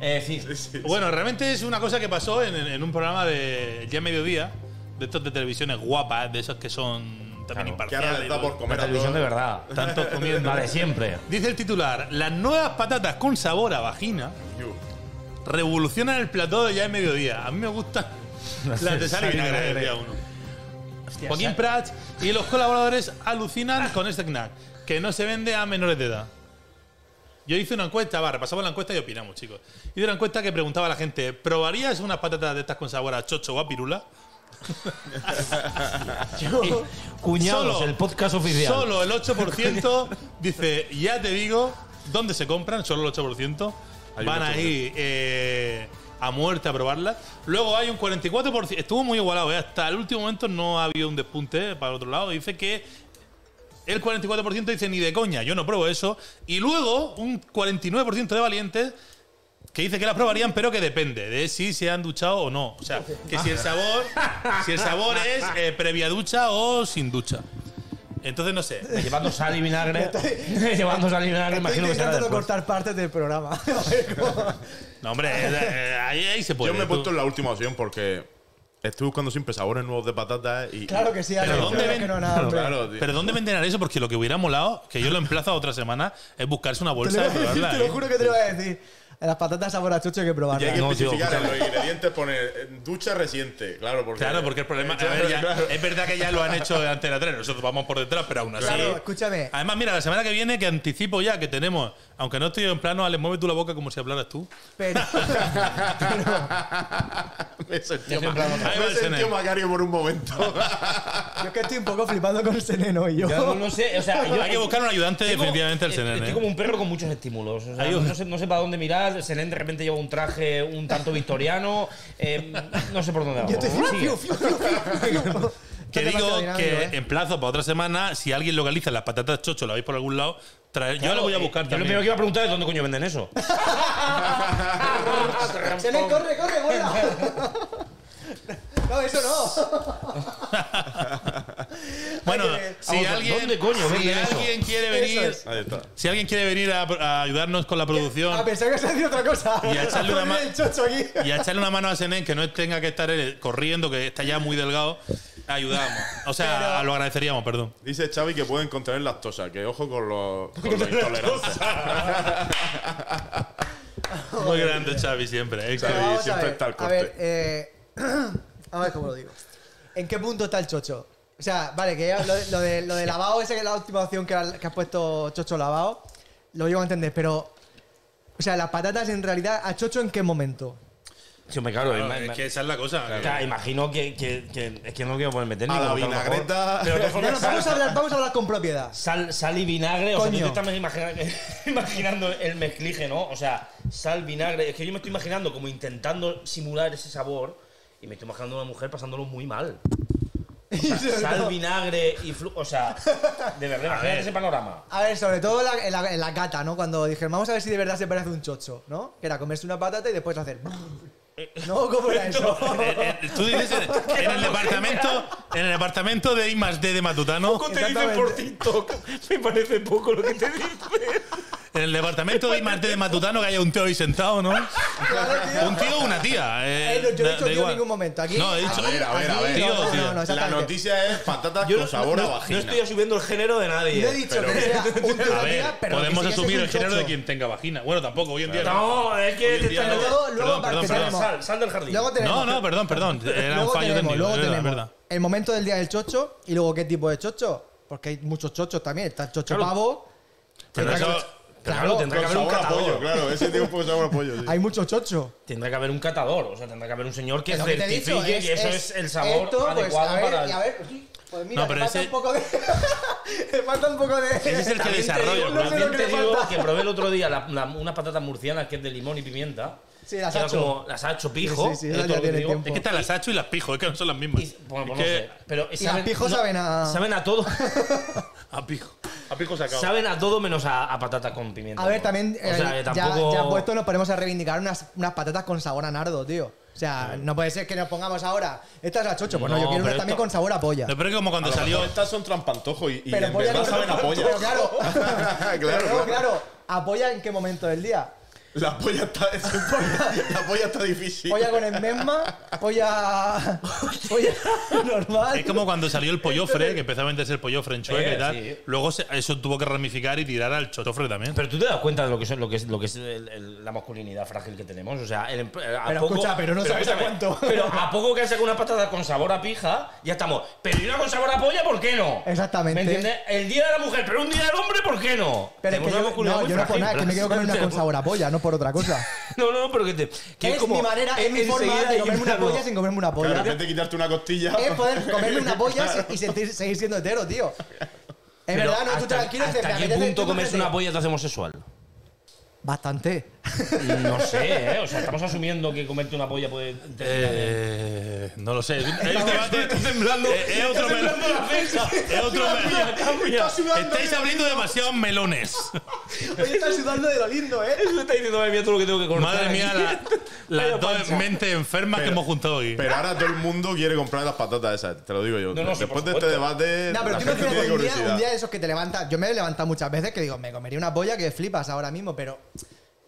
Eh, sí.
Bueno, realmente es una cosa que pasó en, en- en un programa de ya mediodía, de estos de televisiones guapas, de esos que son también
Claro,
que ahora
imparciales.
les
y
da
todo.
por
La
comer a
televisión
todos.
de verdad.
Tanto comiendo.
La de siempre.
Dice el titular, las nuevas patatas con sabor a vagina
Yo.
revolucionan el plató de ya de mediodía. A mí me gustan las de sal y vinagre, decía uno. Joaquín Prats y los colaboradores alucinan con este snack, que no se vende a menores de edad. Yo hice una encuesta, va, repasamos la encuesta y opinamos, chicos. Hice una encuesta que preguntaba a la gente, ¿probarías unas patatas de estas con sabor a chocho o a pirula?
Cuñados,
Solo-
el podcast oficial.
Solo el 8% dice, ya te digo, ¿dónde se compran? Solo el 8%.
Hay un
Van ahí eh, a muerte a probarlas. Luego hay un 44%. Estuvo muy igualado. ¿eh? Hasta el último momento no ha habido un despunte eh, para el otro lado. Dice que el 44% dice ni de coña, yo no pruebo eso. Y luego un 49% de valientes que dice que las probarían, pero que depende de si se han duchado o no. O sea, que si el
Ah.
sabor, si el sabor es eh, previa ducha o sin ducha. Entonces no sé.
Llevando sal y vinagre. llevando sal y vinagre,
Estoy
imagino que será
intentando
después.
cortar partes del programa. A ver cómo-
No, hombre, eh, eh, ahí, ahí se
Pues
puede.
Yo me
Tú-
he puesto en la última opción porque estoy buscando siempre sabores nuevos de patatas y.
claro que sí,
Pero
Alex,
¿dónde
claro
ven-
que no, nada, hombre.
Claro, tío.
Pero ¿dónde venderán eso? Porque lo que hubiera molado, que yo lo emplazo a otra semana, es buscarse una
Te lo,
bolsa
iba
de
a decir,
probarla.
te lo
¿eh?
juro que te lo voy a decir. Las patatas sabor a chucho hay que
Y hay
probarlas.
que
No, tío,
especificar en
escúchame.
los ingredientes, poner eh, ducha reciente. Claro, porque.
Claro, porque el problema. a ver, ya- Es verdad que ya lo han hecho de Antena 3, nosotros vamos por detrás, pero aún así.
Claro, escúchame.
Además, mira, la semana que viene, que anticipo ya que tenemos, aunque no estoy en plano, Alex, mueve tú la boca como si hablaras tú.
Pero,
me he sentido,
Yo
ma-
siempre hago-
me he
Ahí va el
sentido
Senén.
Macario por un momento.
yo es que estoy un poco flipando con Seneno y yo.
Ya no, no sé, o sea, yo-
Hay que buscar un ayudante,
Tengo-
definitivamente, al
eh,
Senén.
Estoy
¿eh?
como un perro con muchos estímulos. o sea,
Hay un-
no, sé, no sé para dónde mirar. Senén de repente lleva un traje un tanto victoriano. eh, no sé por dónde va.
Yo estoy
Sigue.
fiu, fiu, fiu, fiu, fiu.
Que
Está
digo
demasiado dinámico,
que
¿eh?
emplazo para otra semana, si alguien localiza las patatas chocho, la veis por algún lado, trae- yo la voy a buscar
eh, Yo lo
también.
primero que iba a preguntar es dónde coño venden eso.
Senén, corre, corre, vuela. No, eso no.
Bueno,
Hay que-
si
Vamos,
alguien,
¿dónde coño
si
venden eso?
alguien quiere
Eso
venir,
es.
Ahí está.
si alguien quiere venir a, a ayudarnos con la producción
A pensar que se hacía otra cosa.
Y a echarle una
Poner
ma-
el chocho aquí.
y a echarle una mano a Senén, que no tenga que estar él corriendo, que está ya muy delgado, ayudamos. O sea, lo agradeceríamos, perdón.
Dice Xavi que pueden contener lactosa, que ojo con los, con los intolerantes.
Muy grande Xavi siempre. ¿eh?
Xavi.
Pero vamos a
siempre
ver,
está el
A
corte.
ver, eh, a ver cómo lo digo. ¿En qué punto está el chocho? O sea, vale, que ya lo, de- lo de, lo de lavado, esa que es la última opción que, ha- que has puesto chocho lavado, lo llevo a entender, pero. O sea, las patatas en realidad, ¿a chocho en qué momento?
Sí, me claro,
Claro,
ima-
es
ima-
que esa es la cosa.
o sea, imagino que, que- que- es que no quiero ponerme
A
técnico.
la
porque lo mejor-
vinagreta.
Pero de todas
No,
formas,
no, vamos a hablar, vamos a hablar con propiedad.
Sal, sal y vinagre, o sea, tú
Coño.
te estás imagina- imaginando el mezclije, ¿no? O sea, sal, vinagre. Es que yo me estoy imaginando como intentando simular ese sabor y me estoy imaginando a una mujer pasándolo muy mal. O sea, sal, vinagre y flu. O sea, de verdad, imagínate ese panorama.
A ver, sobre todo la- en la, en la cata, ¿no? Cuando dijeron, vamos a ver si de verdad se parece a un chocho, ¿no? Que era comerse una patata y después hacer. No, ¿cómo era eso?
Eh, eh, Tú dices en, en el departamento, en el departamento de I más D de Matutano,
te dicen Exactamente. por
TikTok. Me parece poco lo que te dice.
en el departamento de I más D de Matutano que haya un tío ahí sentado, ¿no?
Claro, tío.
Un tío o una tía. eh,
Eh, no, yo no
da-
he dicho
da
tío en
igual.
ningún momento. Aquí-
no, he dicho.
A ver, a ver, a ver.
Tío,
no,
tío.
no, no,
la
exactamente.
noticia es patatas
Yo
con sabor a
no,
vagina.
No estoy asumiendo el género de nadie.
No he dicho que sea un tío de
A ver,
amiga, pero
podemos
que sí que
asumir
es un
el género de
chocho.
quien tenga vagina. Bueno, tampoco, hoy en día. no.
No, es que te
día
estás
no.
Luego, luego
Perdón, perdón,
va- que
perdón.
tenemos-
Sal, sal del jardín.
Luego tenemos-
No, no, perdón, perdón. Era un
Luego
fallo
tenemos,
técnico.
luego
es verdad,
tenemos
es eh, verdad.
el momento del día del chocho y luego qué tipo de chocho. Porque hay muchos chochos también. Está el chocho
Claro.
pavo.
Pero
Tendrá
eso-
que-
pero
claro,
claro, tendrá que
Con
haber un
sabor a
catador.
pollo, claro. Ese tiene un poco de sabor a pollo. sí.
hay muchos chochos.
Tendrá que haber un catador, o sea, tendrá que haber un señor que
Es lo que te he dicho.
certifique que eso es, el sabor
esto, pues,
adecuado
a ver,
para.
y a ver, pues mira,
No,
le
pero
falta
ese-
un poco de. le falta un poco de.
Ese es el que
También te digo-
desarrolla. el
no sé
plan.
lo
También
que
te
le
digo
falta.
que probé el otro día la- la- unas patatas murcianas que es de limón y pimienta.
Sí, las
que era
hacho.
como las hacho
Sí,
pijo.
sí, sí,
es
esas
todo
ya
lo que
tienen
digo.
tiempo.
Es que están las hacho y las pijo, es que no son las mismas.
Y- bueno,
Es
pues no
que-
sé, pero
Y las pijo saben a-
Saben a todo.
A pijo. A pijo sacado.
saben a todo menos a, a patata con pimienta.
A ver, también.
O
eh,
sea, que
ya-
tampoco.
ya, puesto nos ponemos a reivindicar unas, unas patatas con sabor a nardo, tío. O sea, no puede ser que nos pongamos ahora. Esta es la chocho. Pues no,
No,
yo quiero una
pero
también
esto-
con sabor a polla.
No, pero es como
A
cuando
lo
salió.
mejor Estas son trampantojos y, y
Pero
en
polla
verdad
no-
saben a polla.
Pero claro.
claro,
Pero
claro.
luego, Ah, claro, ¿apoya en qué momento del día?
La polla está, la polla está difícil.
¿Polla con el mesma? ¿Polla. polla normal?
Es como cuando salió el pollofre, que empezó a venderse el pollofre en Chueca
Eh,
y tal.
sí.
Luego se- eso tuvo que ramificar y tirar al chotofre también.
Pero tú te das cuenta de lo que es, lo que es, lo que es el- el- la masculinidad frágil que tenemos. O sea, el, emp- a
Pero escucha, pero no sabes a
escúchame,
cuánto.
Pero a poco que has sacado una patata con sabor a pija, ya estamos. Pero ¿y una con sabor a polla, ¿por qué no?
Exactamente.
¿Me entiendes? El día de la mujer, pero un día del hombre, ¿por qué no?
Pero es
Tenemos
que
una
yo, no, yo
masculinidad muy
no puedo
frágil.
nada, es que me quiero comer una con sabor a polla. No es por otra cosa.
No, no, no, pero que te. que
es mi manera, es mi forma
enseguida
de
hay
comerme
un
una
plano.
polla sin comerme una
de
polla.
repente quitarte una costilla.
es poder comerme una polla y sentir- seguir siendo hetero, tío. Es
Pero
verdad, no, tú
hasta-
tranquilo. dices,
¿Hasta
me
qué
apetece-
punto
tú
comerse
imagínate-
una polla te hace homosexual?
Bastante.
No sé, ¿eh? O sea, estamos asumiendo que comerte una polla puede.
Eh, no lo sé. Es, un- es un debate-
Está temblando.
Eh, es otro melón. Es otro melón. Estáis abriendo demasiados melones.
Oye, estás sudando de lo lindo, ¿eh?
Eso está diciendo, madre mía, todo lo que tengo que cortar.
Madre mía, la-
Vaya
las dos
pancha.
mentes enfermas que
Pero-
hemos juntado hoy.
Pero ahora todo el mundo quiere comprar las patatas esas, te lo digo yo.
No, no, sí,
Después
por
de
supuesto.
este debate,
No, pero
la
tú
gente
imagínate
tiene
un día,
curiosidad.
un día de esos que te levantas. Yo me he levantado muchas veces que digo, me comería una polla que flipas ahora mismo, pero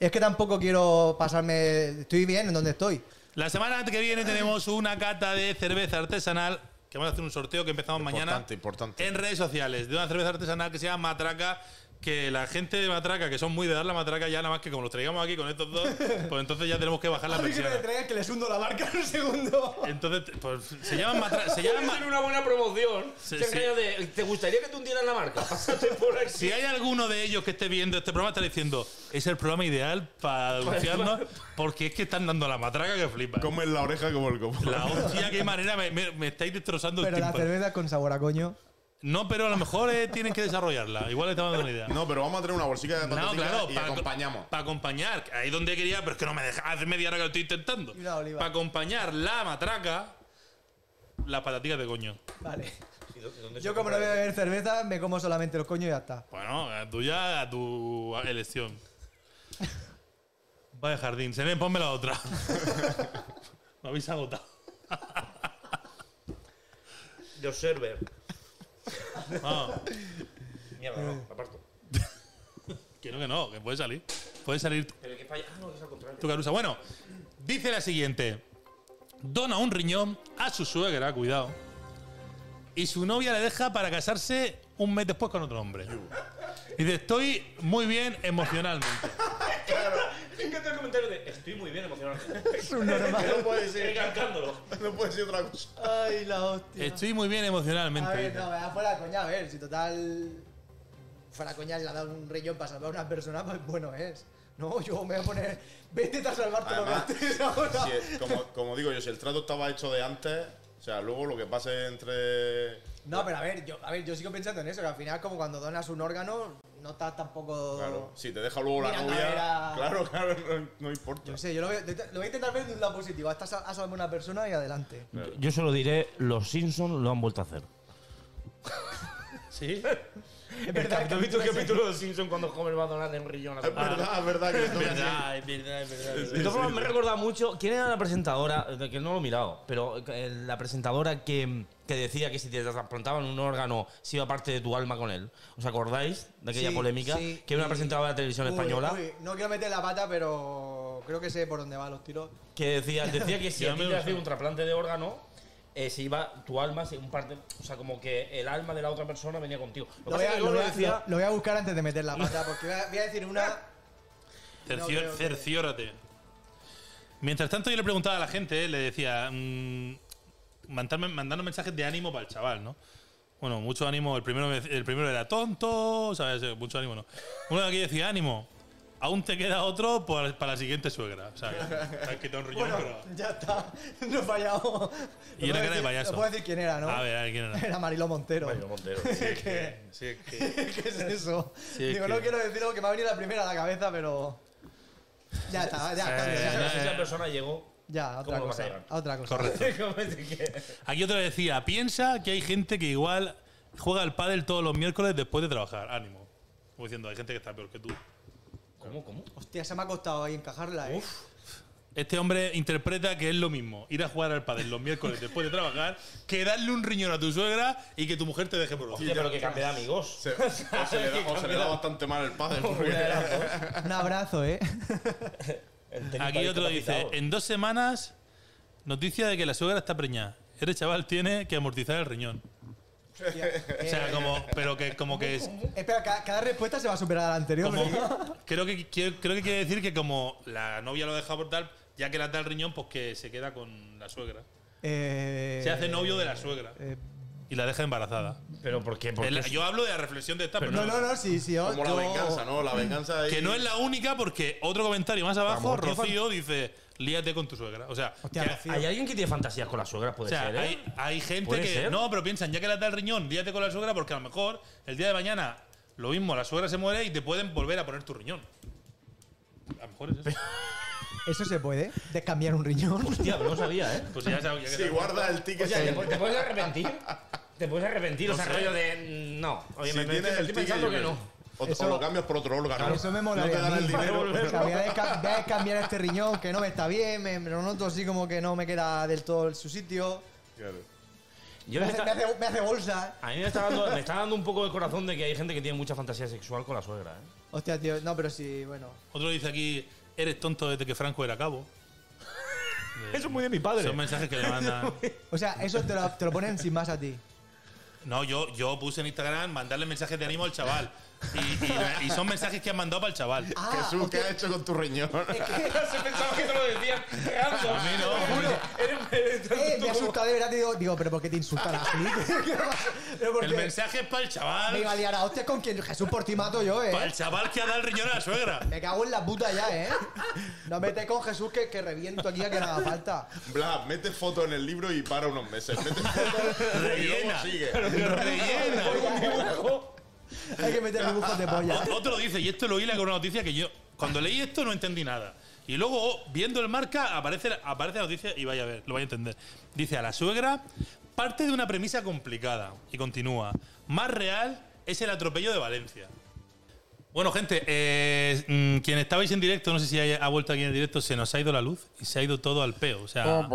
es que tampoco quiero pasarme. Estoy bien en donde estoy.
La semana que viene tenemos una cata de cerveza artesanal que vamos a hacer un sorteo que empezamos mañana
Importante, importante.
en redes sociales de una cerveza artesanal que se llama Matraca. Que la gente de Matraca, que son muy de dar la matraca, ya nada más que como los traigamos aquí con estos dos, pues entonces ya tenemos que bajar la
Ay, que me
persiana.
traigas que les hundo la barca en un segundo.
Entonces, pues se llaman Matraca. Se llaman ma-
Tiene una buena promoción.
Sí,
Se han
sí.
caído de, ¿Te gustaría que tú hundieras la marca? Pásate por aquí.
Si hay alguno de ellos que esté viendo este programa, está diciendo, es el programa ideal para denunciarnos porque es que están dando la matraca que flipa.
Come en la oreja como el copo.
La hostia, qué manera, me, me- me estáis destrozando
Pero
el
la
tímpano.
cerveza con sabor a coño.
No, pero a lo mejor eh, tienen que desarrollarla. Igual le estamos dando una idea.
No, pero vamos a tener una bolsita de patatas y acompañamos.
Para acompañar, ahí donde quería, pero es que no me deja. Hace media hora que lo estoy intentando.
Y una oliva.
Para acompañar la matraca, las pataticas de coño.
Vale. Yo, como no voy a beber cerveza, me como solamente los coños y ya está.
Bueno, a tuya, a tu elección. Vaya jardín. Senen, ponme la otra. Me habéis agotado.
De Observer.
Vamos.
Mierda, no, aparto.
que no, que no, que puede salir. Puede salir
Pero que falla. Ah, no, que es al contrario.
tu carusa. Bueno, dice la siguiente. Dona un riñón a su suegra, cuidado. Y su novia le deja para casarse un mes después con otro hombre. Dice, estoy muy bien emocionalmente.
Me encanta el comentario de estoy muy bien emocionado.
Es un normal.
No puede
Encantándolo.
no puede ser otra cosa.
Ay, la hostia.
Estoy muy bien emocionalmente.
A ver,
dice.
no, me da fuera coña, a ver, si total. Fuera coña le ha dado un riñón para salvar a una persona, pues bueno es. No, yo me voy a poner. Vete a salvarte lo que
Además,
haces ahora.
si es- como, como digo yo, si el trato estaba hecho de antes, o sea, luego lo que pase entre.
No, pero a ver, yo, a ver, yo sigo pensando en eso, que al final, como cuando donas un órgano, no estás tampoco.
Claro, si te deja luego la
Mirando
novia.
a ver a-
Claro, claro, no, no importa.
Yo sé, yo lo, veo- lo voy a intentar ver de un lado positivo. Estás a, a salvar a una persona y adelante.
Yo solo diré, los Simpsons lo han vuelto a hacer.
¿Sí?
Es verdad que.
visto el capítulo de los Simpsons cuando Homer va a donar en riñón a su
Es verdad, es verdad que.
es verdad, es verdad.
De todas formas, me he recordado mucho. ¿Quién era la presentadora? Eh, Que no lo he mirado, pero eh, la presentadora que, que decía que si te trasplantaban un órgano, se iba parte de tu alma con él. ¿Os acordáis de aquella
Sí,
polémica?
sí,
que era
y-
una presentadora de la televisión
Uy,
española
uy, no quiero meter la pata, pero creo que sé por dónde van los tiros.
que decía, decía que si
Ya
a
me
ti te
lo
hacía
sé.
un trasplante de órgano. eh, se iba tu alma, se- un parte, o sea, como que el alma de la otra persona venía contigo. Lo que
Lo voy,
pasa es
a,
que
lo,
yo
voy
lo
a-
decía.
lo- lo voy a buscar antes de meter la pata, porque voy a, voy a decir una. No creo que-
cerciórate. Mientras tanto, yo le preguntaba a la gente, eh, le decía, mm, mandarme, mandando mensajes de ánimo para el chaval, ¿no? Bueno, mucho ánimo. El primero, me- el primero era tonto, ¿sabes? Eh, Mucho ánimo, ¿no? Uno de aquí decía, ánimo. Aún te queda otro por- para la siguiente suegra, ¿sabes? Te has quitado un riñón,
Bueno,
pero-
ya está. No he fallado.
Y
Lo
era
puedo
cara de
decir-
payaso.
lo puedo decir quién era, ¿no?
A ver, a ver quién era.
Era Mariló Montero.
¿Qué? Sí, es que-
¿Qué es eso?
Sí, es
Digo,
que-
no quiero decir algo que me ha venido la primera a la cabeza, pero. Ya está, ya, cambio,
Eh,
ya,
no,
ya,
eh.
esa persona llegó.
ya, a otra
¿Cómo lo vas a
cosa.
llevar?
a otra cosa.
Correcto.
Como es que-
Aquí otro le decía, piensa que hay gente que igual juega al pádel todos los miércoles después de trabajar. Ánimo. Como diciendo, hay gente que está peor que tú.
¿Cómo, cómo?
Hostia, se me ha costado ahí encajarla, ¿eh?
Este hombre interpreta que es lo mismo ir a jugar al pádel los miércoles después de trabajar que darle un riñón a tu suegra y que tu mujer te deje por abajo.
Hostia, pero que cambié de amigos.
Se, o se le da, o se le da bastante mal el padre. Porque,
Un abrazo, ¿eh?
Aquí otro dice, en dos semanas, noticia de que la suegra está preñada. Eres chaval, tiene que amortizar el riñón.
Hostia,
O
eh,
sea, como, pero que como que es...
Espera, ca- cada, respuesta se va a superar a la anterior.
como-
¿verdad?
creo, que, quiero- creo que quiere decir que como la novia lo deja por tal, ya que le da el riñón, pues que se queda con la suegra.
Eh,
Se hace novio de la suegra.
eh,
y la deja embarazada.
¿Pero por qué? ¿Por
Es la-
qué?
yo hablo de la reflexión de esta, pero
No, no, no, sí, sí. yo-
Como la
yo-
venganza, ¿no? La venganza.
Que
y-
no es la única, porque otro comentario más abajo,
Vamos, qué fan-
Rocío dice: líate con tu suegra. O sea,
Hostia,
que-
Rocío.
¿Hay alguien que tiene fantasías con las suegras?
o
Puede
sea,
ser, ¿eh?
hay, hay gente
¿Puede
que.
ser?
No, pero piensan, ya que le da el riñón, líate con la suegra, porque a lo mejor el día de mañana lo mismo, la suegra se muere y te pueden volver a poner tu riñón. A lo mejor es eso.
Eso se puede. De cambiar un riñón.
Hostia, pero no sabía, ¿eh?
Pues ya sabes. ya que
Si
sabes.
guarda el ticket.
O sea, ¿te, pu- te puedes arrepentir? ¿Te puedes arrepentir?
No
o sea,
sé.
rollo de. mm, No. Oye,
si
me
tienes
estoy
el ticket.
pensando
yo
que
creo.
no.
O, o
Eso-
lo cambias por otro órgano.
Eso me
mola. No te
molaría.
dan
a
el
mí.
dinero.
O sea, voy a, desca- voy a cambiar este riñón que no me está bien, me, me lo noto así como que no me queda del todo en su sitio.
Claro.
Yo
Me
me
hace,
está-
me hace- me hace bolsa.
a mí me está, dando, me está dando un poco de corazón de que hay gente que tiene mucha fantasía sexual con la suegra, ¿eh?
Hostia, tío, no, pero sí, bueno.
Otro dice aquí: eres tonto desde que Franco era cabo.
Eso es muy de mi padre.
Son mensajes que le
Ah.
mandan.
O sea, eso te lo, te lo ponen sin más a ti.
No, yo, yo puse en Instagram mandarle mensajes de ánimo al chaval. Y, y- y son mensajes que han mandado para el chaval.
Ah,
Jesús, ¿qué
hostia,
has hecho con tu riñón?
Se pensaba que te lo decían random.
A mí no, a mí
Eres-
eh, me asusta de verdad, te digo, digo, pero ¿por qué te insultan así? ¿Qué pasa? Pero porque
El mensaje es para el
me iba a
chaval.
liar a hostias con quien Jesús por ti mato yo,
Para
eh.
el chaval que ha dado el riñón a la suegra.
Me cago en la puta ya, eh. No metes con Jesús que, que reviento aquí a que no haga falta.
Bla, mete foto en el libro y para unos meses. Mete foto y luego
Rellena.
sigue.
Rellena.
Hay que meter dibujos de polla.
O- Otro dice, y esto lo hila con una noticia que yo, cuando leí esto no entendí nada. Y luego, viendo el marca, aparece, la- aparece la noticia y vaya a ver, lo vais a entender. Dice, a la suegra parte de una premisa complicada y continúa. Más real es el atropello de Valencia. Bueno, gente, eh, mm, quien estabais en directo, no sé si haya- ha vuelto aquí en directo, se nos ha ido la luz y se ha ido todo al peo. O sea,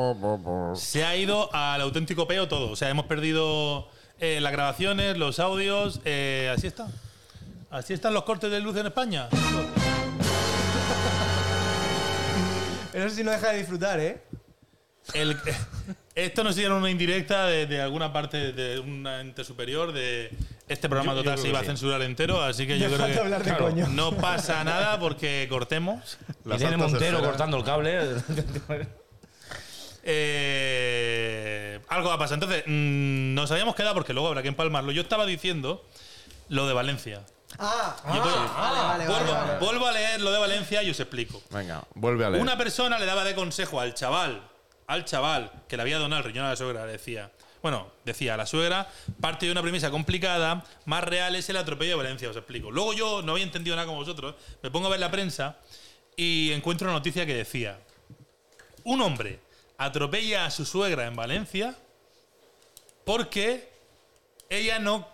se ha ido al auténtico peo todo. O sea, hemos perdido eh, las grabaciones, los audios. eh, así está. Así están los cortes de luz en España.
Pero eso sí no deja de disfrutar, eh.
El- esto nos hicieron una indirecta de, de alguna parte de un ente superior de este programa
Yo- yo
total
creo
se
que
iba a
sí.
censurar entero, así que yo
Deja de
creo
hablar de
que
coño.
no pasa nada porque cortemos.
La
Irene
Santa
Montero
Tercera.
cortando el cable.
Eh, algo va a pasar. Entonces, mm, nos habíamos quedado porque luego habrá que empalmarlo. Yo estaba diciendo lo de Valencia.
Ah,
Yo puedo-
vale, vale,
vuelvo,
vale, vale.
vuelvo a leer lo de Valencia y os explico.
Venga, vuelve a leer.
Una persona le daba de consejo al chaval, al chaval que le había donado el riñón a la suegra, le decía, bueno, decía a la suegra, parte de una premisa complicada, más real es el atropello de Valencia, os explico. Luego yo no había entendido nada como vosotros, me pongo a ver la prensa y encuentro una noticia que decía, un hombre atropella a su suegra en Valencia porque ella no,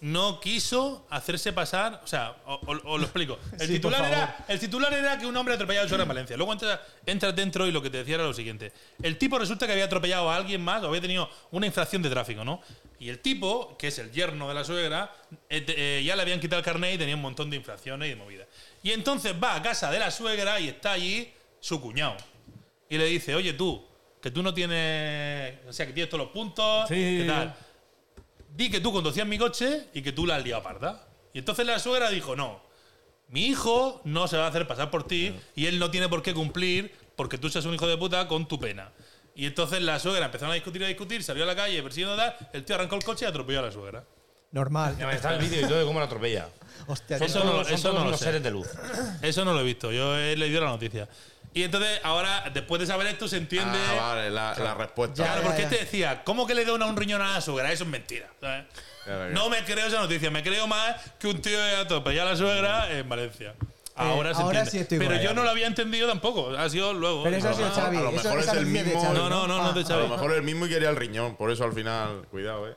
no quiso hacerse pasar. O sea, o- o- os lo explico. El,
Sí, por
titular
favor.
era, el titular era que un hombre atropellaba a su suegra en Valencia. Luego entras, entras dentro y lo que te decía era lo siguiente. El tipo resulta que había atropellado a alguien más o había tenido una infracción de tráfico, ¿no? Y el tipo, que es el yerno de la suegra, eh, te- eh, ya le habían quitado el carnet y tenía un montón de infracciones y de movidas. Y entonces va a casa de la suegra y está allí su cuñado y le dice, oye tú, que tú no tienes, o sea, que tienes todos los puntos,
Sí.
¿qué tal? Di que tú conducías mi coche y que tú la has liado parda. Y entonces la suegra dijo, no, mi hijo no se va a hacer pasar por ti y él no tiene por qué cumplir porque tú seas un hijo de puta con tu pena. Y entonces la suegra empezaron a discutir y a discutir, salió a la calle persiguiendo tal, el tío arrancó el coche y atropelló a la suegra.
Normal.
está el vídeo y todo de cómo la atropella.
Hostia,
Eso
tío.
no lo-
son
eso no
todos
lo
unos
sé.
seres de luz.
Eso no lo he visto, yo he leído la noticia. Y entonces ahora, después de saber esto, se entiende...
Ah, vale, la, la respuesta.
Claro,
Ya,
porque
ya,
te
ya.
decía, ¿cómo que le dona un riñón a la suegra? Eso es mentira. ¿sabes?
Claro, claro.
No me creo esa noticia, me creo más que un tío de atropelló a la suegra en Valencia. Ahora, se
Eh, ahora
entiende.
sí estoy
Pero
igual.
yo no lo había entendido tampoco, ha sido luego.
Pero eso ha sido
lo
Xavi.
mejor- a lo
eso-
mejor
esa
es el
línea de
mismo.
Xavi,
No, no, no, no te
Ah,
echa-
A lo mejor el mismo y quería el riñón, por eso al final, cuidado, eh.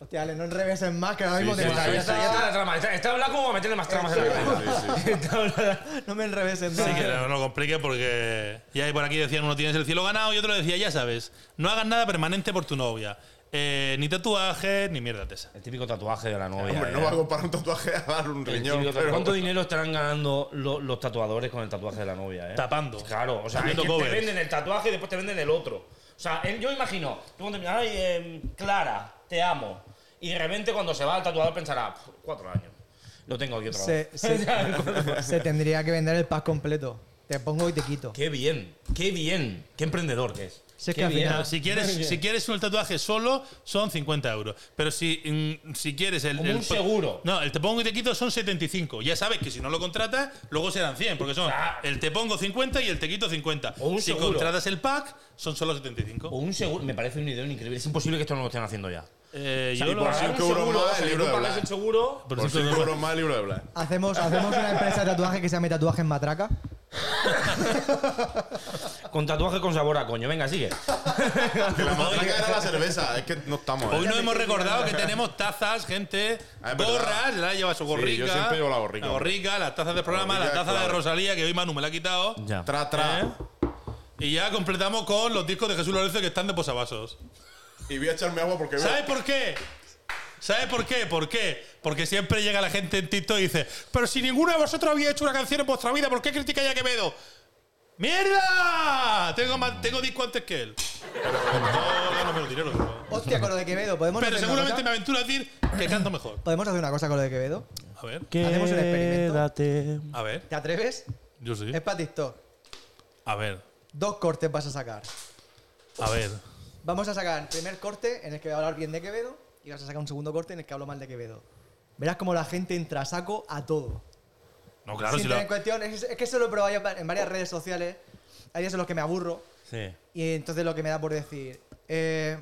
Hostia, Ale, no enreveses más, que ahora mismo
Sí,
te
sí,
vas
Está,
a-
ya está, ya está la trama. Está, está hablando como a meterle más tramas en la cabeza. Está hablando-
No me enreveses más.
Sí, que no lo complique porque ya por aquí decían uno tienes el cielo ganado y otro decía, ya sabes, no hagas nada permanente por tu novia. Eh, ni tatuajes, ni mierda de esa.
El típico tatuaje de la novia.
Hombre,
¿eh?
no va a comparar un tatuaje a dar un
El
riñón.
típico tatuaje.
pero-
¿Cuánto dinero estarán ganando lo- los tatuadores con el tatuaje de la novia? eh?
Tapando.
Claro, o sea, es
Haciendo
que
covers.
te venden el tatuaje y después te venden el otro. O sea, él- yo imagino, tú cuando terminas, ay, em, Clara, te amo. Y de repente cuando se va el tatuador pensará, "Pf, cuatro años. Lo tengo aquí otra
Se,
vez.
se- se tendría que vender el pack completo. Te pongo y te quito.
Qué bien, qué bien, qué emprendedor que es.
Si es
Qué
que al
bien.
final-
Si quieres, si quieres un tatuaje solo, son 50 euros. Pero si, mm, si quieres el.
Como
el-
un seguro.
No, el te pongo y te quito son 75. Ya sabes que si no lo contratas, luego serán 100. Porque son
Claro.
el te pongo 50 y el te quito 50.
O un
si
seguro.
contratas el pack, son solo 75.
O un seguro, me parece un ideón increíble. Es imposible que esto no lo estén haciendo ya.
Eh,
Sí,
lo-
por
por
cinco
Pagar un
euros
seguro,
más,
si
el
tú
libro de
pagas
Black.
el seguro,
Por
cinco
5
euros.
euros más libro de Black.
Hacemos, hacemos una empresa de tatuajes que se llame Tatuajes Matraca.
con tatuaje con sabor a coño. Venga, sigue.
Que la matraca era la cerveza, es que no estamos.
Hoy
eh.
nos hemos recordado que tenemos tazas, gente,
Ah, es
gorras,
verdad.
la lleva su
yo
gorrica.
siempre llevo la gorrica.
gorrica, las tazas del programa, la
gorrica,
taza de
claro.
Rosalía, que hoy Manu me la ha quitado.
Ya.
Tra, tra.
¿Eh? Y ya completamos con los discos de Jesús Lorenzo que están de posavasos.
Y voy a echarme agua porque
¿Sabes por qué? ¿Sabes por qué? ¿Por qué? Porque siempre llega la gente en TikTok y dice, pero si ninguno de vosotros había hecho una canción en vuestra vida, ¿por qué criticáis a Quevedo? ¡Mierda! Tengo, más- tengo disco antes que él. Pero yo gano menos dinero. pero-
Hostia, con lo de Quevedo. ¿Podemos
Pero
hacer una
seguramente me
cosa?
aventuro a decir que canto mejor.
¿Podemos hacer una cosa con lo de Quevedo?
A ver,
Hacemos un experimento.
Quédate.
a ver,
¿Te atreves?
yo sí.
Eh.
Es para TikTok.
A ver,
Dos cortes vas a sacar.
a ver.
Vamos a sacar el primer corte en el que voy a hablar bien de Quevedo y vas a sacar un segundo corte en el que hablo mal de Quevedo. Verás como la gente entra a saco a todo.
No, claro,
Sin
si
tener
lo.
en cuestión, es, es que eso lo he probado yo en varias redes sociales. Hay días en los que me aburro
Sí.
y entonces lo que me da por decir. eh,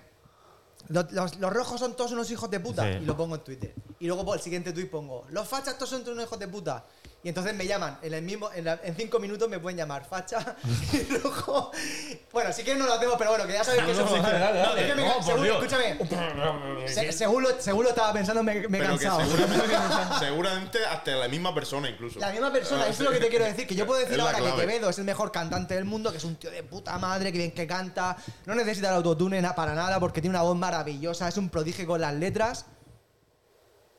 los, los- los rojos son todos unos hijos de puta
Sí.
y lo pongo en Twitter. Y luego por el siguiente tweet pongo, los fachas todos son todos unos hijos de puta. Y entonces me llaman, en, el mismo, en, la- en cinco minutos me pueden llamar facha y rojo. Bueno, si quieren no lo hacemos, pero bueno, que ya sabéis que eso funciona. No, es que me- según- Escúchame, se- según, lo, según lo estaba pensando, me, me he
Pero que
cansado.
seguramente, seguramente hasta la misma persona incluso.
La misma persona, eso es lo que te quiero decir. Que yo puedo decir
Ah, Es la
ahora que
clave.
Quevedo es el mejor cantante del mundo, que es un tío de puta madre, que bien que canta, no necesita el autotune na- para nada porque tiene una voz maravillosa, es un prodigio con las letras.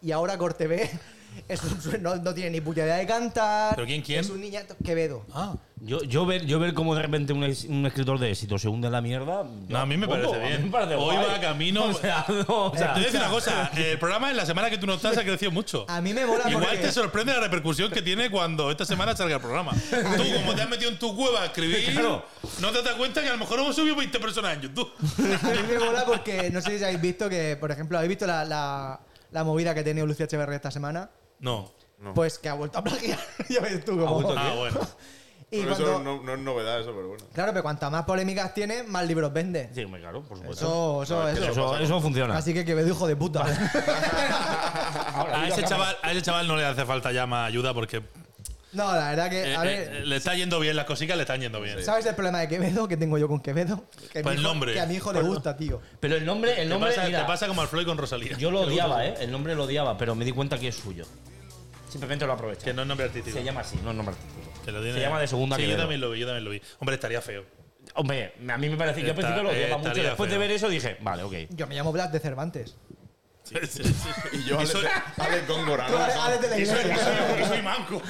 Y ahora Corte B es un- no, no tiene ni puta idea de cantar.
¿Pero quién, quién?
Es un niñato. Quevedo.
Ah,
Yo, yo, ver, yo ver cómo de repente un, es- un escritor de éxito se hunde en la mierda.
no, a mí me
yo tampoco,
parece
a mí
bien.
me parece
Hoy
guay.
va camino.
O sea, no, o sea,
Te voy a decir una cosa, el programa en la semana que tú no estás ha crecido
Ah,
mucho.
A mí me mola
Igual
porque-
te sorprende la repercusión que tiene cuando esta semana salga el programa. Tú, como te has metido en tu cueva a escribir,
Claro.
no te das cuenta que a lo mejor hemos subido 20 personas en YouTube.
A mí me mola porque no sé si habéis visto que, por ejemplo, habéis visto la, la- la movida que ha tenido Lucía Echeverría esta semana.
No.
Pues que ha vuelto a plagiar. ya ves tú cómo.
vuelto
Ah, bueno.
y
Pero eso
cuando,
no, no es novedad eso, pero bueno.
Claro, pero cuantas más polémicas tiene, más libros vende.
Sí, hombre, claro, por
pues
Eso,
supuesto.
eso,
No, es que
eso.
Eso, eso, funciona.
Así que Quevedo, hijo de puta.
Ahora,
A
mira,
ese,
cámara.
chaval, a ese chaval no le hace falta ya más ayuda porque
Eh,
no, la verdad que, a
eh,
ver,
eh, le está yendo bien, las cositas le están yendo bien.
¿sabes el problema de Quevedo que tengo yo con Quevedo? Que, a mi
Pues el
hijo-
nombre.
que a mi hijo le gusta, tío.
Pero el nombre, el
Te
nombre.
pasa, te
mira,
pasa como al Floyd con Rosalía.
Yo lo odiaba, ¿eh? El nombre lo odiaba, pero me di cuenta que es suyo. Simplemente lo
Que
aproveché.
no es nombre artístico.
Se llama así, no es nombre artístico.
Que lo tiene-
Se llama de segunda
Sí, yo
Quevedo.
también lo vi, yo también lo vi. Hombre, estaría feo.
Hombre, a mí me parece que yo al
Está-
principio lo odiaba mucho.
estaría
Después de
feo.
ver eso dije, vale, ok.
Yo me llamo Blas de Cervantes.
Sí, sí, sí.
Y yo,
Y soy-
Ale, Ale Góngora,
Ah,
Tú
¿no?
eres- eres de la
y soy- y
iglesia.
soy- y soy manco.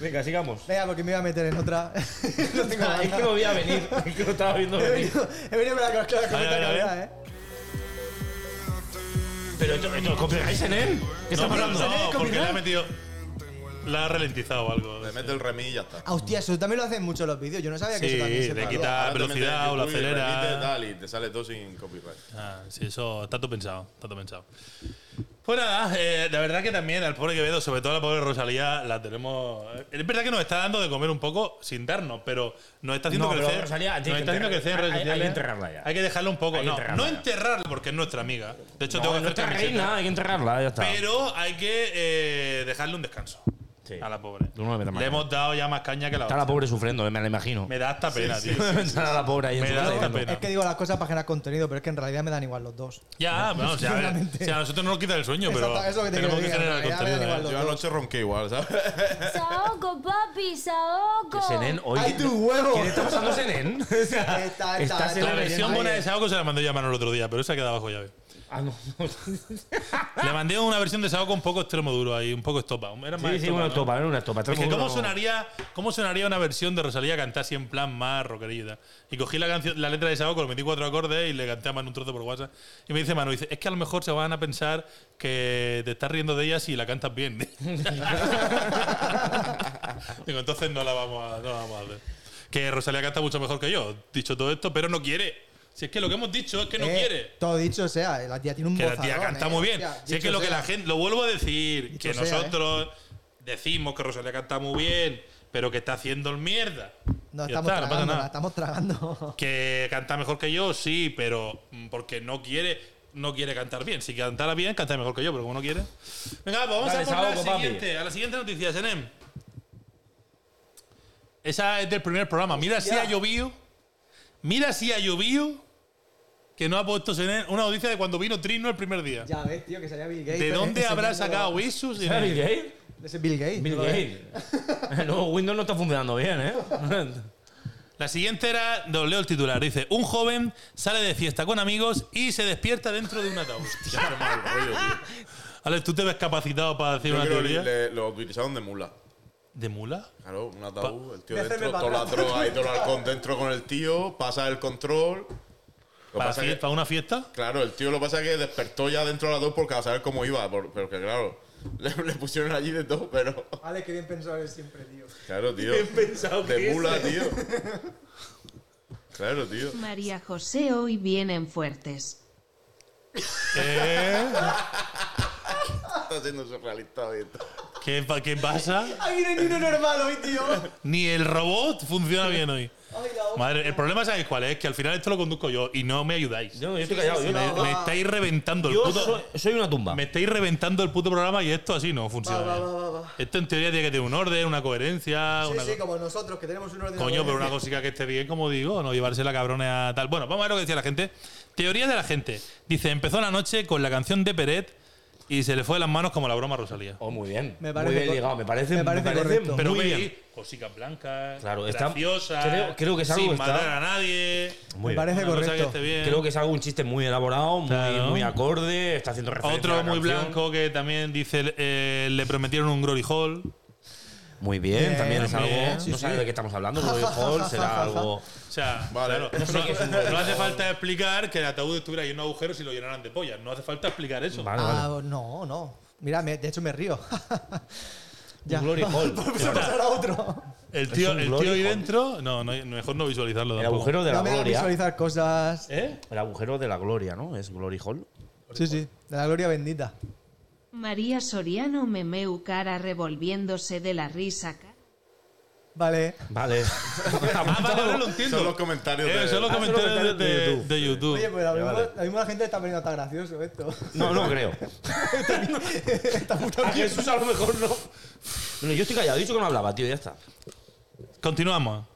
Venga, sigamos.
Venga, porque me iba a meter en otra. no tengo
Ah, es que
ganas.
lo voy a venir. Es que lo estaba viendo
He
venir.
venido, he venido para la clara
A ver, a ver, a ver.
comentaria, ¿eh?
Pero esto, esto ¿copiáis en él? ¿Qué
No,
está
pero
pasando?
no, porque le ha
¿Copyright?
metido. La ha ralentizado o algo.
Le mete el remis y ya está.
Ah, hostia, eso también lo hacen mucho los vídeos. Yo no sabía que
Sí,
eso también se
le
podía.
quita-
Ahora te metes en
Ah, velocidad o la
YouTube y
acelera.
repite, tal, y te sale todo sin copyright.
Ah, sí, eso está todo pensado, está todo pensado. Pues nada, eh, la verdad que también al pobre Quevedo, sobre todo a la pobre Rosalía, la tenemos. eh, Es verdad que nos está dando de comer un poco sin darnos, pero nos está haciendo
No, pero
crecer.
Rosalía, hay
nos
que
está haciendo
enterrar-
crecer en redes
hay- hay que
sociales.
enterrarla ya.
Hay que dejarla un poco.
Hay que
No,
enterrarla
no
ya.
enterrarla porque es nuestra amiga. De hecho, tengo
No,
que hacer
no está
camiseta.
reina, hay que enterrarla, ya está.
Pero hay que eh, dejarle un descanso
Sí.
a la pobre.
Tú no le metas más
Le
caña.
hemos dado ya más caña que la
está
otra.
la pobre sufriendo, eh, me la imagino.
Me da hasta pena, tío.
Está la pobre ahí en
Me
su
da
casa
esta
diciendo,
pena.
Es que digo las cosas para generar contenido, pero es que en realidad me dan igual los dos.
Ya, bueno, o sea, a ver, o
Sinceramente.
sea, a nosotros no nos quita el sueño, pero
Exacto, eso que te
tenemos que
quiero decir,
generar
ya me da
contenido.
igual
¿eh?
Los
Yo
dos.
anoche ronqué igual, ¿sabes?
Saoco, papi,
Que
saoco.
Senen hoy.
¡Ay, tu huevo!
¿Qué le está pasando a Senen? O sea,
Está- está-
está
está-
La
Senen
versión
Ahí
buena
es.
de Saoko se la mandó yo a Manu el otro día, pero esa queda bajo llave.
Ah, no.
Le mandé una versión de Saoko un poco extremo duro ahí, un poco estopa. Era más
sí, sí, una
¿no?
estopa, era una estopa.
Es que ¿cómo
No.
sonaría, ¿cómo sonaría una versión de Rosalía cantar así en plan más rockerilla? y tal? Y cogí la, canción, la letra de Saoko, le metí cuatro acordes y le canté a Manu un trozo por WhatsApp. Y me dice Manu, dice, es que a lo mejor se van a pensar que te estás riendo de ella si la cantas bien. Digo, entonces no la vamos a, no la vamos a hacer. Que Rosalía canta mucho mejor que yo, dicho todo esto, pero no quiere. Si es que lo que hemos dicho es que no
Eh,
quiere.
Todo dicho sea, la tía tiene un
Que la tía
vozarrón,
canta
eh,
muy bien.
hostia,
Si es que
dicho
lo que
sea.
la gente. Lo vuelvo a decir,
Dicho
que
sea, ¿eh?
nosotros decimos que Rosalía canta muy bien, pero que está haciendo el mierda.
No,
Ya
estamos
está, no pasa
tragando,
nada.
la estamos tragando.
Que canta mejor que yo, sí, pero mm, porque no quiere. No quiere cantar bien. Si cantara bien, canta mejor que yo, pero como no quiere. Venga, pues vamos
Dale,
a por la
Saoko, papi.
siguiente, a la siguiente noticia, Senem. Esa es del primer programa. Mira si ha llovido. Mira si ha llovido. Que no ha puesto Senem una noticia de cuando vino Trino el primer día.
ya ves, tío, que sería Bill Gates.
¿De
eh,
dónde habrá
enseñándolo.
sacado eso? si
¿Era Bill
no?
Gates?
Ese es Bill Gates.
Bill
¿no lo ves?
Gates. no, Windows no está funcionando bien, ¿eh?
La siguiente era, os leo el titular, dice, un joven sale de fiesta con amigos y se despierta dentro de un ataúd.
Qué mal rollo, tío.
Alex, ¿tú te ves capacitado para decir
Yo
una
creo que
teoría?
le- lo utilizaron de mula.
¿De mula?
Claro, un ataúd, el tío
Déjeme
dentro,
para
toda la
atrás.
droga y todo el alcohol dentro con el tío, pasa el control. Lo
¿Para,
pasa
fie-
que-
para una fiesta?
Claro, el tío lo pasa que despertó ya dentro de las dos porque a saber cómo iba, por- pero que claro, le, le pusieron allí de todo, pero.
Alex, qué bien pensado eres siempre, tío.
Claro, tío.
pensado
De mula, tío. Claro, tío.
María José hoy vienen fuertes.
¿Eh?
Está siendo surrealista hoy esto.
¿Qué, pa- qué pasa?
Ay, no hay ni uno normal hoy, tío.
Ni el robot funciona bien hoy.
Ay, la hostia.
Madre, el problema, ¿sabéis cuál es? Que al final esto lo conduzco yo y no me ayudáis.
Yo, yo estoy callado. yo-
Me, me estáis reventando el
yo
puto...
soy, soy una tumba.
Me estáis reventando el puto programa y esto así no funciona.
Va, va,
bien.
va, va, va.
Esto en teoría tiene que tener un orden, una coherencia,
Sí,
una
sí, como nosotros que tenemos un ordenador.
Coño, pero una cosita que esté bien, como digo, no llevarse la cabrona a tal. Bueno, vamos a ver lo que decía la gente. Teoría de la gente. Dice, empezó la noche con la canción de Peret y se le fue de las manos como la broma a Rosalía.
Oh, muy bien.
Me parece
muy bien
cor-
ligado. Me parece,
me parece correcto.
Pero
muy bien.
veis, cositas blancas,
Claro, está-
graciosas,
creo- creo que es algo
sin
que está-
matar a nadie.
Me
Muy bien.
parece
Una cosa que este
correcto.
esté bien.
Creo que es algo un chiste muy elaborado, muy,
Claro.
muy acorde, está haciendo referencia a
Otro
la
muy
canción.
blanco que también dice, eh, le prometieron un glory hall.
Muy bien,
Bien,
también es
también,
algo.
sí,
no sabes de qué estamos hablando, pero el Hall será algo.
O sea,
Vale.
claro,
No
no, no hace falta explicar que el ataúd estuviera lleno de agujeros y lo llenaran de pollas. No hace falta explicar eso.
Vale, vale.
Ah, no, no. Mira, me- de hecho me río. ya.
Un Glory Hall.
Vamos a pasar a otro.
El
Es
tío,
un
el
glory
tío ahí
hole.
dentro, no, no, mejor no visualizarlo
El
tampoco.
agujero de la
No me da
gloria.
visualizar cosas.
¿Eh?
El agujero de la gloria, ¿no? Es Glory Hall.
Sí, sí. De la gloria bendita.
María Soriano memeu cara revolviéndose de la risa. ca-
Vale.
Vale. pues
Ah, vale, ahora lo entiendo.
Son los comentarios
Eh,
de.
son los
Ah, son los
comentarios de,
comentarios de
de-
YouTube.
de YouTube.
Oye, pues la
Vale,
misma,
vale.
la misma gente está poniendo hasta gracioso esto.
No, no creo. A Jesús a lo mejor no. Bueno, yo estoy callado, he dicho que no hablaba, tío, ya está. pues-
Continuamos.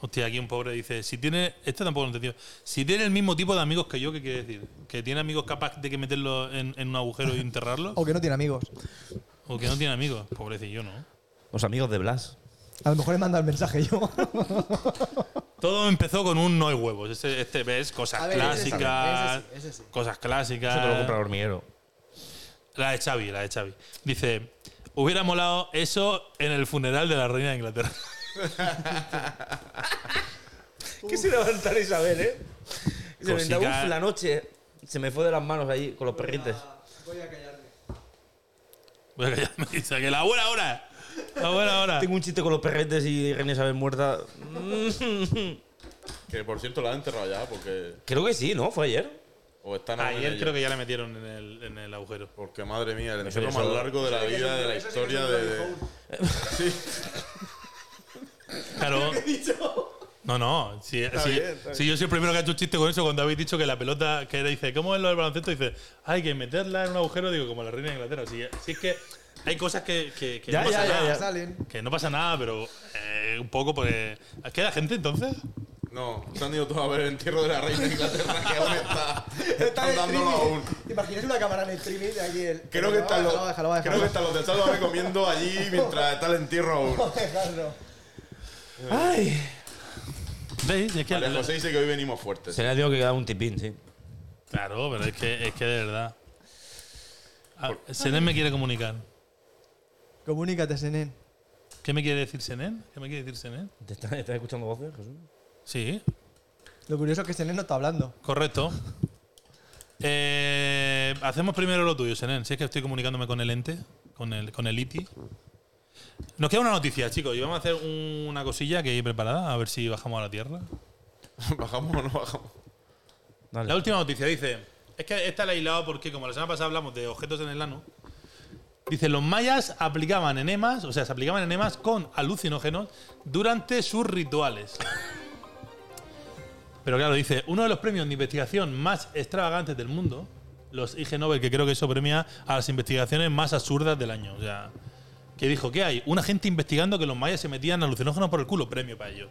Hostia, aquí un pobre dice, si tiene, este tampoco lo entendió, si tiene el mismo tipo de amigos que yo, ¿qué quiere decir? ¿Que tiene amigos capaces de que meterlo en, en un agujero y enterrarlo?
O que no tiene amigos.
¿O que no tiene amigos? Pobrecillo, ¿no?
Los amigos de Blas.
A lo mejor le manda el mensaje yo.
Todo empezó con un no hay huevos. Este, este ves,
A
cosas
ver, ese sí,
clásicas.
ese sí, ese sí.
Cosas clásicas.
Eso te lo compra el hormiguero.
La de Xavi, la de Xavi. Dice, hubiera molado eso en el funeral de la reina de Inglaterra.
¿Qué se levantar Isabel, eh? Se me
Cosica.
da, "Uf, la noche. Se me fue de las manos ahí con los perrites.
Voy a callarme.
Voy a callarme. Dice que la buena hora. La buena hora.
Tengo un chiste con los perretes y Reina Isabel muerta. Mm.
Que por cierto la han enterrado ya porque.
Creo que sí, ¿no? Fue ayer.
O están aún en
Ah, Ayer
ello.
creo que ya la metieron en el, en el agujero.
Porque madre mía, el entierro
eso-
más largo de la vida, de la
eso sí que es
historia,
un
de.
glory
de- Sí,
Claro. No, no. Si, si-
bien, está
si yo soy el primero que ha hecho un chiste con eso cuando habéis dicho que la pelota, que era, dice, ¿cómo es lo del baloncesto? Dice, "Ah, hay que meterla en un agujero, digo, como la reina de Inglaterra. Si, si es que hay cosas que, que, que
Ya,
no
ya,
pasa
ya,
nada.
ya.
Salen.
Que no pasa nada, pero eh, un poco, porque. ¿Queda gente entonces?
no, se han ido todos a ver el entierro de la reina de Inglaterra, que aún está. Están
en
dándolo
streaming.
aún.
¿Te imaginas una cámara en streaming de aquí? El...
Creo que están los,
Déjalo, déjalo, déjalo.
creo que están los de Sálvame comiendo allí mientras está el entierro aún.
Dejarlo.
Ay.
¿Veis? Es que
Vale, José dice que hoy venimos fuertes.
Se le ha dicho que queda un tipín, sí.
Claro, pero es que, es que de verdad. Ah, Senen me quiere comunicar.
Comunícate, Senen.
¿Qué me quiere decir Senen? ¿Qué me quiere decir Senen?
¿Te estás, estás escuchando voces, Jesús?
Sí,
Lo curioso es que Senen no está hablando.
correcto. Eh, hacemos primero lo tuyo, Senen. Si es que estoy comunicándome con el ente, con el, con el ITI. Nos queda una noticia, chicos. Y vamos a hacer un- una cosilla que hay preparada, a ver si bajamos a la tierra.
¿Bajamos o no bajamos?
Dale.
La última noticia dice: Es que esta la he hilado porque, como la semana pasada hablamos de objetos en el ano, dice: Los mayas aplicaban enemas, o sea, se aplicaban enemas con alucinógenos durante sus rituales. Pero claro, dice: Uno de los premios de investigación más extravagantes del mundo, los IG Nobel, que creo que eso premia a las investigaciones más absurdas del año. O sea, que dijo: ¿Qué hay? Una gente investigando que los mayas se metían alucinógenos por el culo, premio para ellos.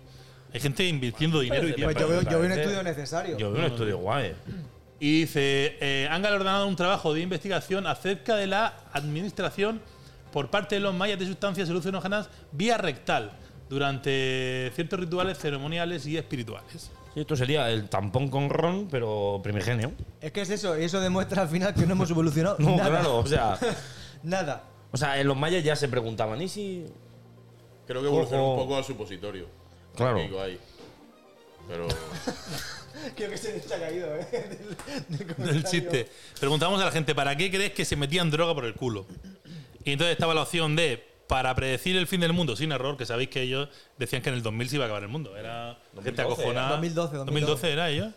Hay gente invirtiendo dinero y tiempo.
Pues yo veo, yo veo un
Parece-
estudio necesario.
Yo veo un estudio guay.
Y dice, eh, han galardonado un trabajo de investigación acerca de la administración por parte de los mayas de sustancias alucinógenas vía rectal durante ciertos rituales ceremoniales y espirituales.
Sí, esto sería el tampón con ron, pero primigenio.
Es que es eso, y eso demuestra al final que no hemos evolucionado
No,
nada.
claro, o sea,
Nada.
o sea, en los mayas ya se preguntaban, ¿y si...?
Creo que evolucionó un
Ojo.
poco al supositorio.
Claro.
Digo ahí. Pero.
Creo que se ha caído, ¿eh? Pues
El chiste. Preguntamos a la gente, ¿para qué crees que se metían droga por el culo? Y entonces estaba la opción de, para predecir el fin del mundo sin error, que sabéis que ellos decían que en el 2000 se iba a acabar el mundo. Era gente
2012,
acojonada.
era. 2012, 2012.
2012 era ellos.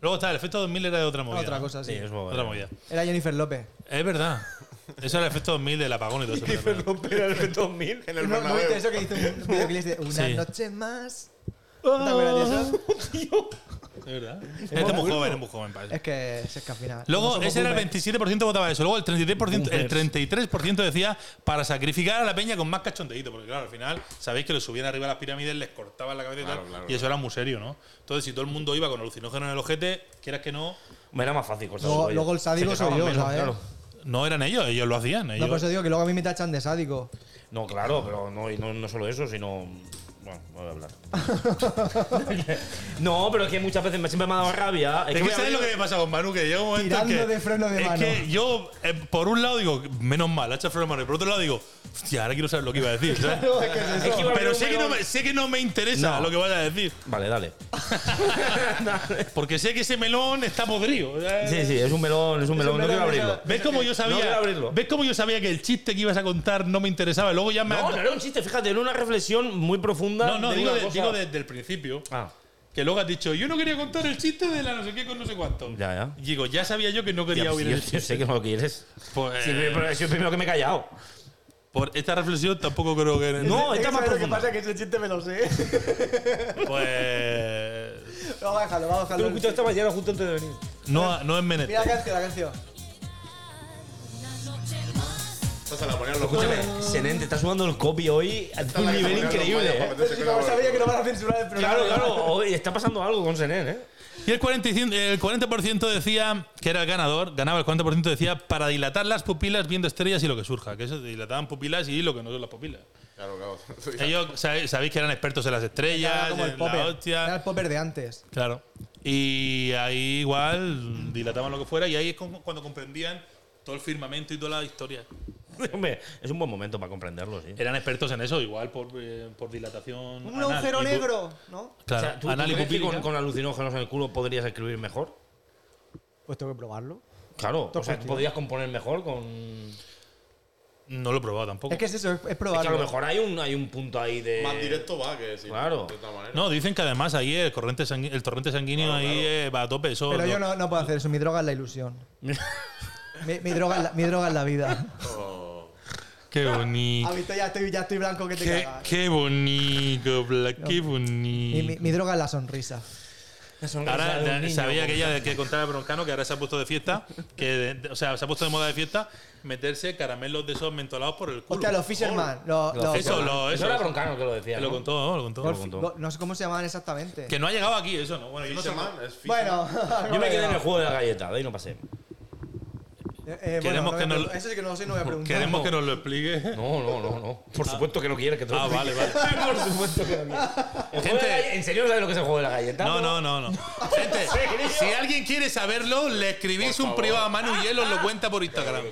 Luego está, el efecto 2000 era de otra movida.
Mm. Otra
¿no?
cosa, sí.
Sí, eso
Otra movida.
Era Jennifer López.
Es verdad. Eso era el efecto 2000 del apagón y todo eso. pero-
Pero el 2000
En
No,
el
¿No viste
Bernabéu.
eso que hizo un videoclip de Una
Sí.
noche más? ¿No te acuerdas de eso?
Es verdad. Este Es muy joven, es muy joven para eso.
Es que es que al final.
Luego,
como somos
ese era el
boomers-
27% votaba eso. Luego, el 33%, el
Boomers.
33% decía para sacrificar a la peña con más cachondeíto. Porque, claro, al final, sabéis que lo subían arriba a las pirámides, les cortaban la cabeza y
Claro,
tal.
claro,
y eso era muy serio, ¿no? Entonces, si todo el mundo iba con alucinógenos en el ojete, quieras que no,
Me era más fácil cortar
Luego-
cuello.
luego el sádico
Se
soy
quejaban
yo,
menos,
¿sabes?
Claro.
no eran ellos, ellos lo hacían.
No, pues
Ellos,
por eso digo que luego a mí me tachan de sádico.
No, claro, pero no, y no, no solo eso, sino. Bueno, no voy a hablar. no, pero es que muchas veces me, siempre me ha dado rabia.
Es que ¿sabes lo que me pasa con Manu? Que llega un momento en
Tirando
que-
de freno de
es
mano.
que yo, eh, por un lado, digo, menos mal, ha hecho freno de mano. Y por otro lado, digo, hostia, ahora quiero saber lo que iba a decir. ¿sabes?
Es que iba a haber
Pero
un
sé que, no
melón.
me, sé que no me interesa
No.
lo que vaya a decir.
Vale, dale.
Porque sé que ese melón está podrido. Eh,
Sí, sí, es un melón, es un melón, no
melón,
quiero abrirlo.
¿Ves cómo yo
No
sabía?
quiero abrirlo.
¿Ves cómo yo sabía que el chiste que ibas a contar no me interesaba? Luego ya me
No, no era un chiste, fíjate, era una reflexión muy profunda.
no, no,
de
digo,
una
de-
cosa-
digo desde el principio.
Ah,
Que luego has dicho, yo no quería contar el chiste de la no sé qué con no sé cuánto.
Ya, ya.
Y digo, ya sabía yo que no
ya,
quería
pues,
oír
yo,
el
yo
chiste.
sé que no lo quieres.
Pues,
Sí, pero es el primero que me he callado.
Por esta reflexión tampoco creo que.
No, está más
¿Sabes
profunda.
que ese chiste me lo sé.
Pues.
Vamos a dejarlo, vamos a
Te lo
dejarlo.
escucho esta mañana justo antes de venir.
No, no es menester.
Mira la canción, la canción.
Estás a la poner los
Escúchame, Senén, te está sudando el copy hoy a
la
un
que
nivel
ponían los
increíble.
mayas para
¿eh?
meter- Entonces,
Sí, como
claro,
sabía
bueno.
que no van a censurar el programa.
Claro, claro, hoy está pasando algo con Senén, ¿eh?
Y el, 45, el 40% decía que era el ganador, ganaba el 40% decía para dilatar las pupilas viendo estrellas y lo que surja, que eso dilataban pupilas y lo que no son las pupilas.
Claro, claro.
Ellos sabe- sabéis que eran expertos en las
Era
estrellas,
como el
en la
popper. Era el
hostia.
popper de antes.
Claro. Y ahí igual dilataban lo que fuera y ahí es como cuando comprendían todo el firmamento y toda la historia.
Hombre, es un buen momento para comprenderlo, sí.
Eran expertos en eso, igual por, eh, por dilatación.
Un
anal
agujero
y pu-
negro, ¿no?
Claro,
O sea, ¿tú,
anal
tú
y
crees que
pupílica.
con, con alucinógenos en el culo podrías escribir mejor?
Pues tengo que probarlo.
Claro, o sea,
Tocativa.
¿tú podrías componer mejor con...
No lo he probado tampoco.
Es que es eso, es, es
Es
probarlo.
que a lo mejor hay un, hay un punto ahí de...
Más directo va que decir.
Eh, Claro.
De otra manera.
No, dicen que además ahí el corriente sangui- el torrente sanguíneo ahí eh, va a tope. Eso
Pero
lo-
yo no, no puedo hacer eso, mi droga es la ilusión. mi, mi droga es la, mi droga es la vida.
Qué bonito.
¿Has visto? Ah, Ya estoy, ya estoy blanco que te
Qué,
cagas.
qué bonito, Black, qué bonito.
Mi, mi- mi droga es la sonrisa.
La sonrisa
Ahora
de un
la-
niño
sabía
con-
aquella de que contaba Broncano que ahora se ha puesto de fiesta, que de- de- o sea, se ha puesto de moda de fiesta meterse caramelos de esos mentolados por el culo.
Hostia, los Fisherman. Los, los-
Eso, lo- eso.
Eso era Broncano que lo decía,
Lo
¿no?
contó, lo contó.
los-
Lo contó.
los- no sé cómo se llamaban exactamente.
Que no ha llegado aquí, eso no. Bueno, yo no sé.
Fisherman es Fisherman.
Bueno,
Yo me quedé en el juego de la galleta, de ahí no pasé.
Eh, eh,
Queremos
bueno, no
que
voy a
nos-
pre- Eso sí que no lo sé, no voy a preguntar.
Queremos que nos lo explique.
No, no, no, no. Por supuesto que lo quieres, que te lo
Ah, vale,
explique. Por supuesto que lo quieres. El juego
Gente-
de la- ¿En serio no sabes lo que es el juego de la galleta?
No, no, no, no. Gente, si alguien quiere saberlo, le escribís un privado a Manu y él os lo cuenta por Instagram.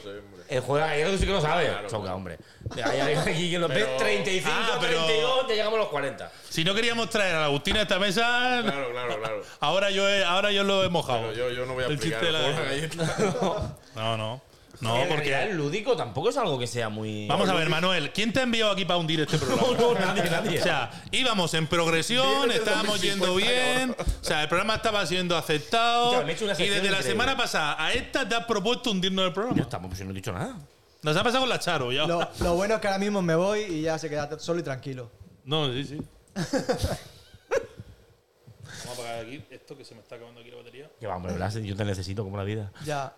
El juego de la galleta tú sí que lo sabes. Choca, hombre. Hay alguien aquí que lo ve 35,
Ah, pero-
32, ya llegamos a los 40.
Si no queríamos traer a la Agustina a esta mesa,
Claro, claro, claro.
ahora yo, he- ahora yo lo he mojado.
Pero yo, yo no voy a
El
explicar
chiste de la-
por galleta.
No, no. No,
En realidad,
porque.
el lúdico tampoco es algo que sea muy.
Vamos a ver, Manuel, ¿quién te ha enviado aquí para hundir este programa?
No, no, nadie, nadie.
O sea, íbamos en progresión,
Viene el
estábamos
2050,
yendo bien, o sea, el programa estaba siendo aceptado.
Ya, me he hecho una
y
sección
desde la
increíble.
semana pasada a esta te has propuesto hundirnos el
Ya
programa.
estamos, pues yo no he dicho nada.
Nos ha pasado con la Charo, ya.
Lo, lo bueno es que ahora mismo me voy y ya se queda t- solo y tranquilo.
No, sí, sí. Vamos a apagar aquí esto que se me está acabando aquí la batería.
Que va, hombre, Blas, yo te necesito como la vida.
Ya.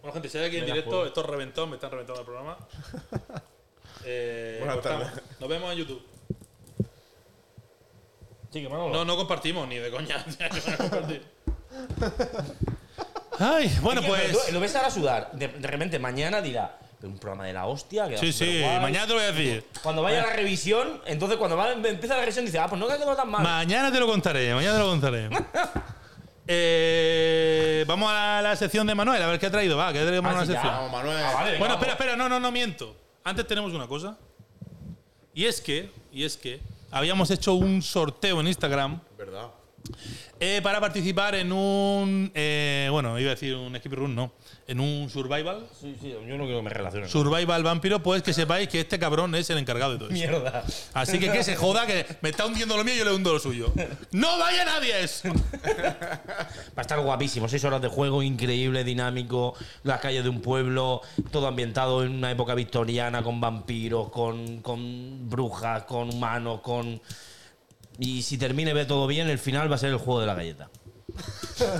Bueno, gente, si hay aquí en
Me la
directo,
juego.
estos reventados me están reventando el programa. Eh,
Buenas
cortamos.
tardes.
Nos vemos en YouTube.
Sí, que Manolo.
No, no compartimos, ni de coña. No compartir. Ay, bueno, pues.
Lo ves ahora sudar. De, de repente, mañana dirá. "Pero Un programa de la hostia. queda
Sí, sí,
superguay".
mañana te lo voy a decir.
Cuando vaya a la revisión, entonces cuando va, empieza la revisión dice, ah, pues no quedó tan mal.
Mañana te lo contaré, mañana te lo contaré. Eh, vamos a la sección de Manuel, a ver qué ha traído. Va, que traemos
Ah,
una
sí, ya.
sección.
Vamos, Manuel.
Ah, vale, venga,
Bueno,
vamos.
espera, espera, no, no, no miento. Antes tenemos una cosa. Y es que, y es que, habíamos hecho un sorteo en Instagram
¿Verdad?
eh, para participar en un, eh, bueno, iba a decir un skip room, no, en un survival,
Sí, sí, yo no quiero que me relacione. con-
survival vampiro, pues que sepáis que este cabrón es el encargado de todo eso.
Mierda.
Así que que se joda, que me está hundiendo lo mío y yo le hundo lo suyo. ¡No vaya nadie a eso!
Va a estar guapísimo. Seis horas de juego, increíble, dinámico. Las calles de un pueblo, todo ambientado en una época victoriana, con vampiros, con, con brujas, con humanos, con. Y si termine ve todo bien, el final va a ser el juego de la galleta.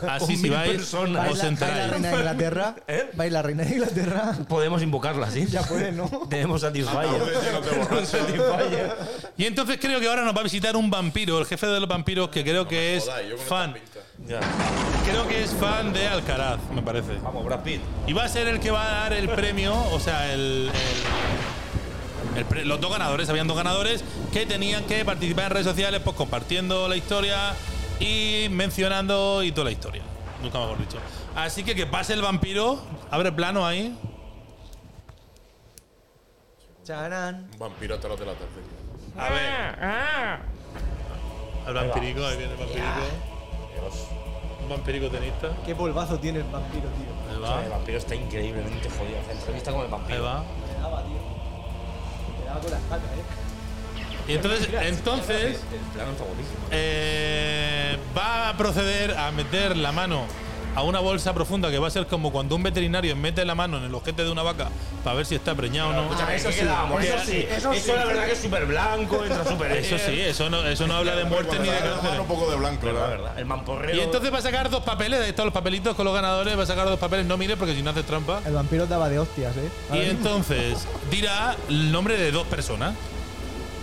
Así
Con
si
mil
vais,
personas.
os
¿Vais la, vais la
enteráis.
reina de Inglaterra?
¿Eh?
¿Vais la reina de Inglaterra?
Podemos invocarla, ¿sí?
Ya puede, ¿no?
Tenemos Satisfyer.
Entonces, llenos de
Tenemos
borrachos.
Satisfyer.
Y entonces creo que ahora nos va a visitar un vampiro, el jefe de los vampiros, que creo que es
Joder, yo con
fan.
esta pinta.
Ya.
Creo que es fan de Alcaraz, me parece.
Vamos, Brad Pitt.
Y va a ser el que va a dar el premio, o sea, el, el- el pre- los dos ganadores, habían dos ganadores que tenían que participar en redes sociales, pues compartiendo la historia y mencionando y toda la historia. Nunca mejor dicho. Así que que pase el vampiro, abre plano ahí.
Chanan.
Un vampiro hasta las de la tarde.
A ver. Al vampirico, ahí viene el vampirico. Un vampirico tenista.
Qué polvazo tiene el vampiro, tío.
Ahí
El
va.
vampiro está increíblemente jodido. Hacer entrevista con el
Ahí
vampiro.
va.
Me daba, tío. Me daba con las patas, eh.
Y entonces, entonces
El plano está buenísimo.
eh, va a proceder a meter la mano a una bolsa profunda que va a ser como cuando un veterinario mete la mano en el ojete de una vaca para ver si está preñado o no.
Escúchame, eso sí, eso sí. ¿eh? Eso, la verdad que es súper blanco, entra súper
Eso sí,
eh,
eso no, eso no habla de muerte
Bueno,
ni de
dale la mano
cáncer.
un poco de blanco, la
La
verdad.
verdad, el mamporreo.
Y entonces va a sacar dos papeles, de estos los papelitos con los ganadores, va a sacar dos papeles, no mire porque si no haces trampa.
El vampiro daba de hostias, eh.
Y entonces dirá el nombre de dos personas.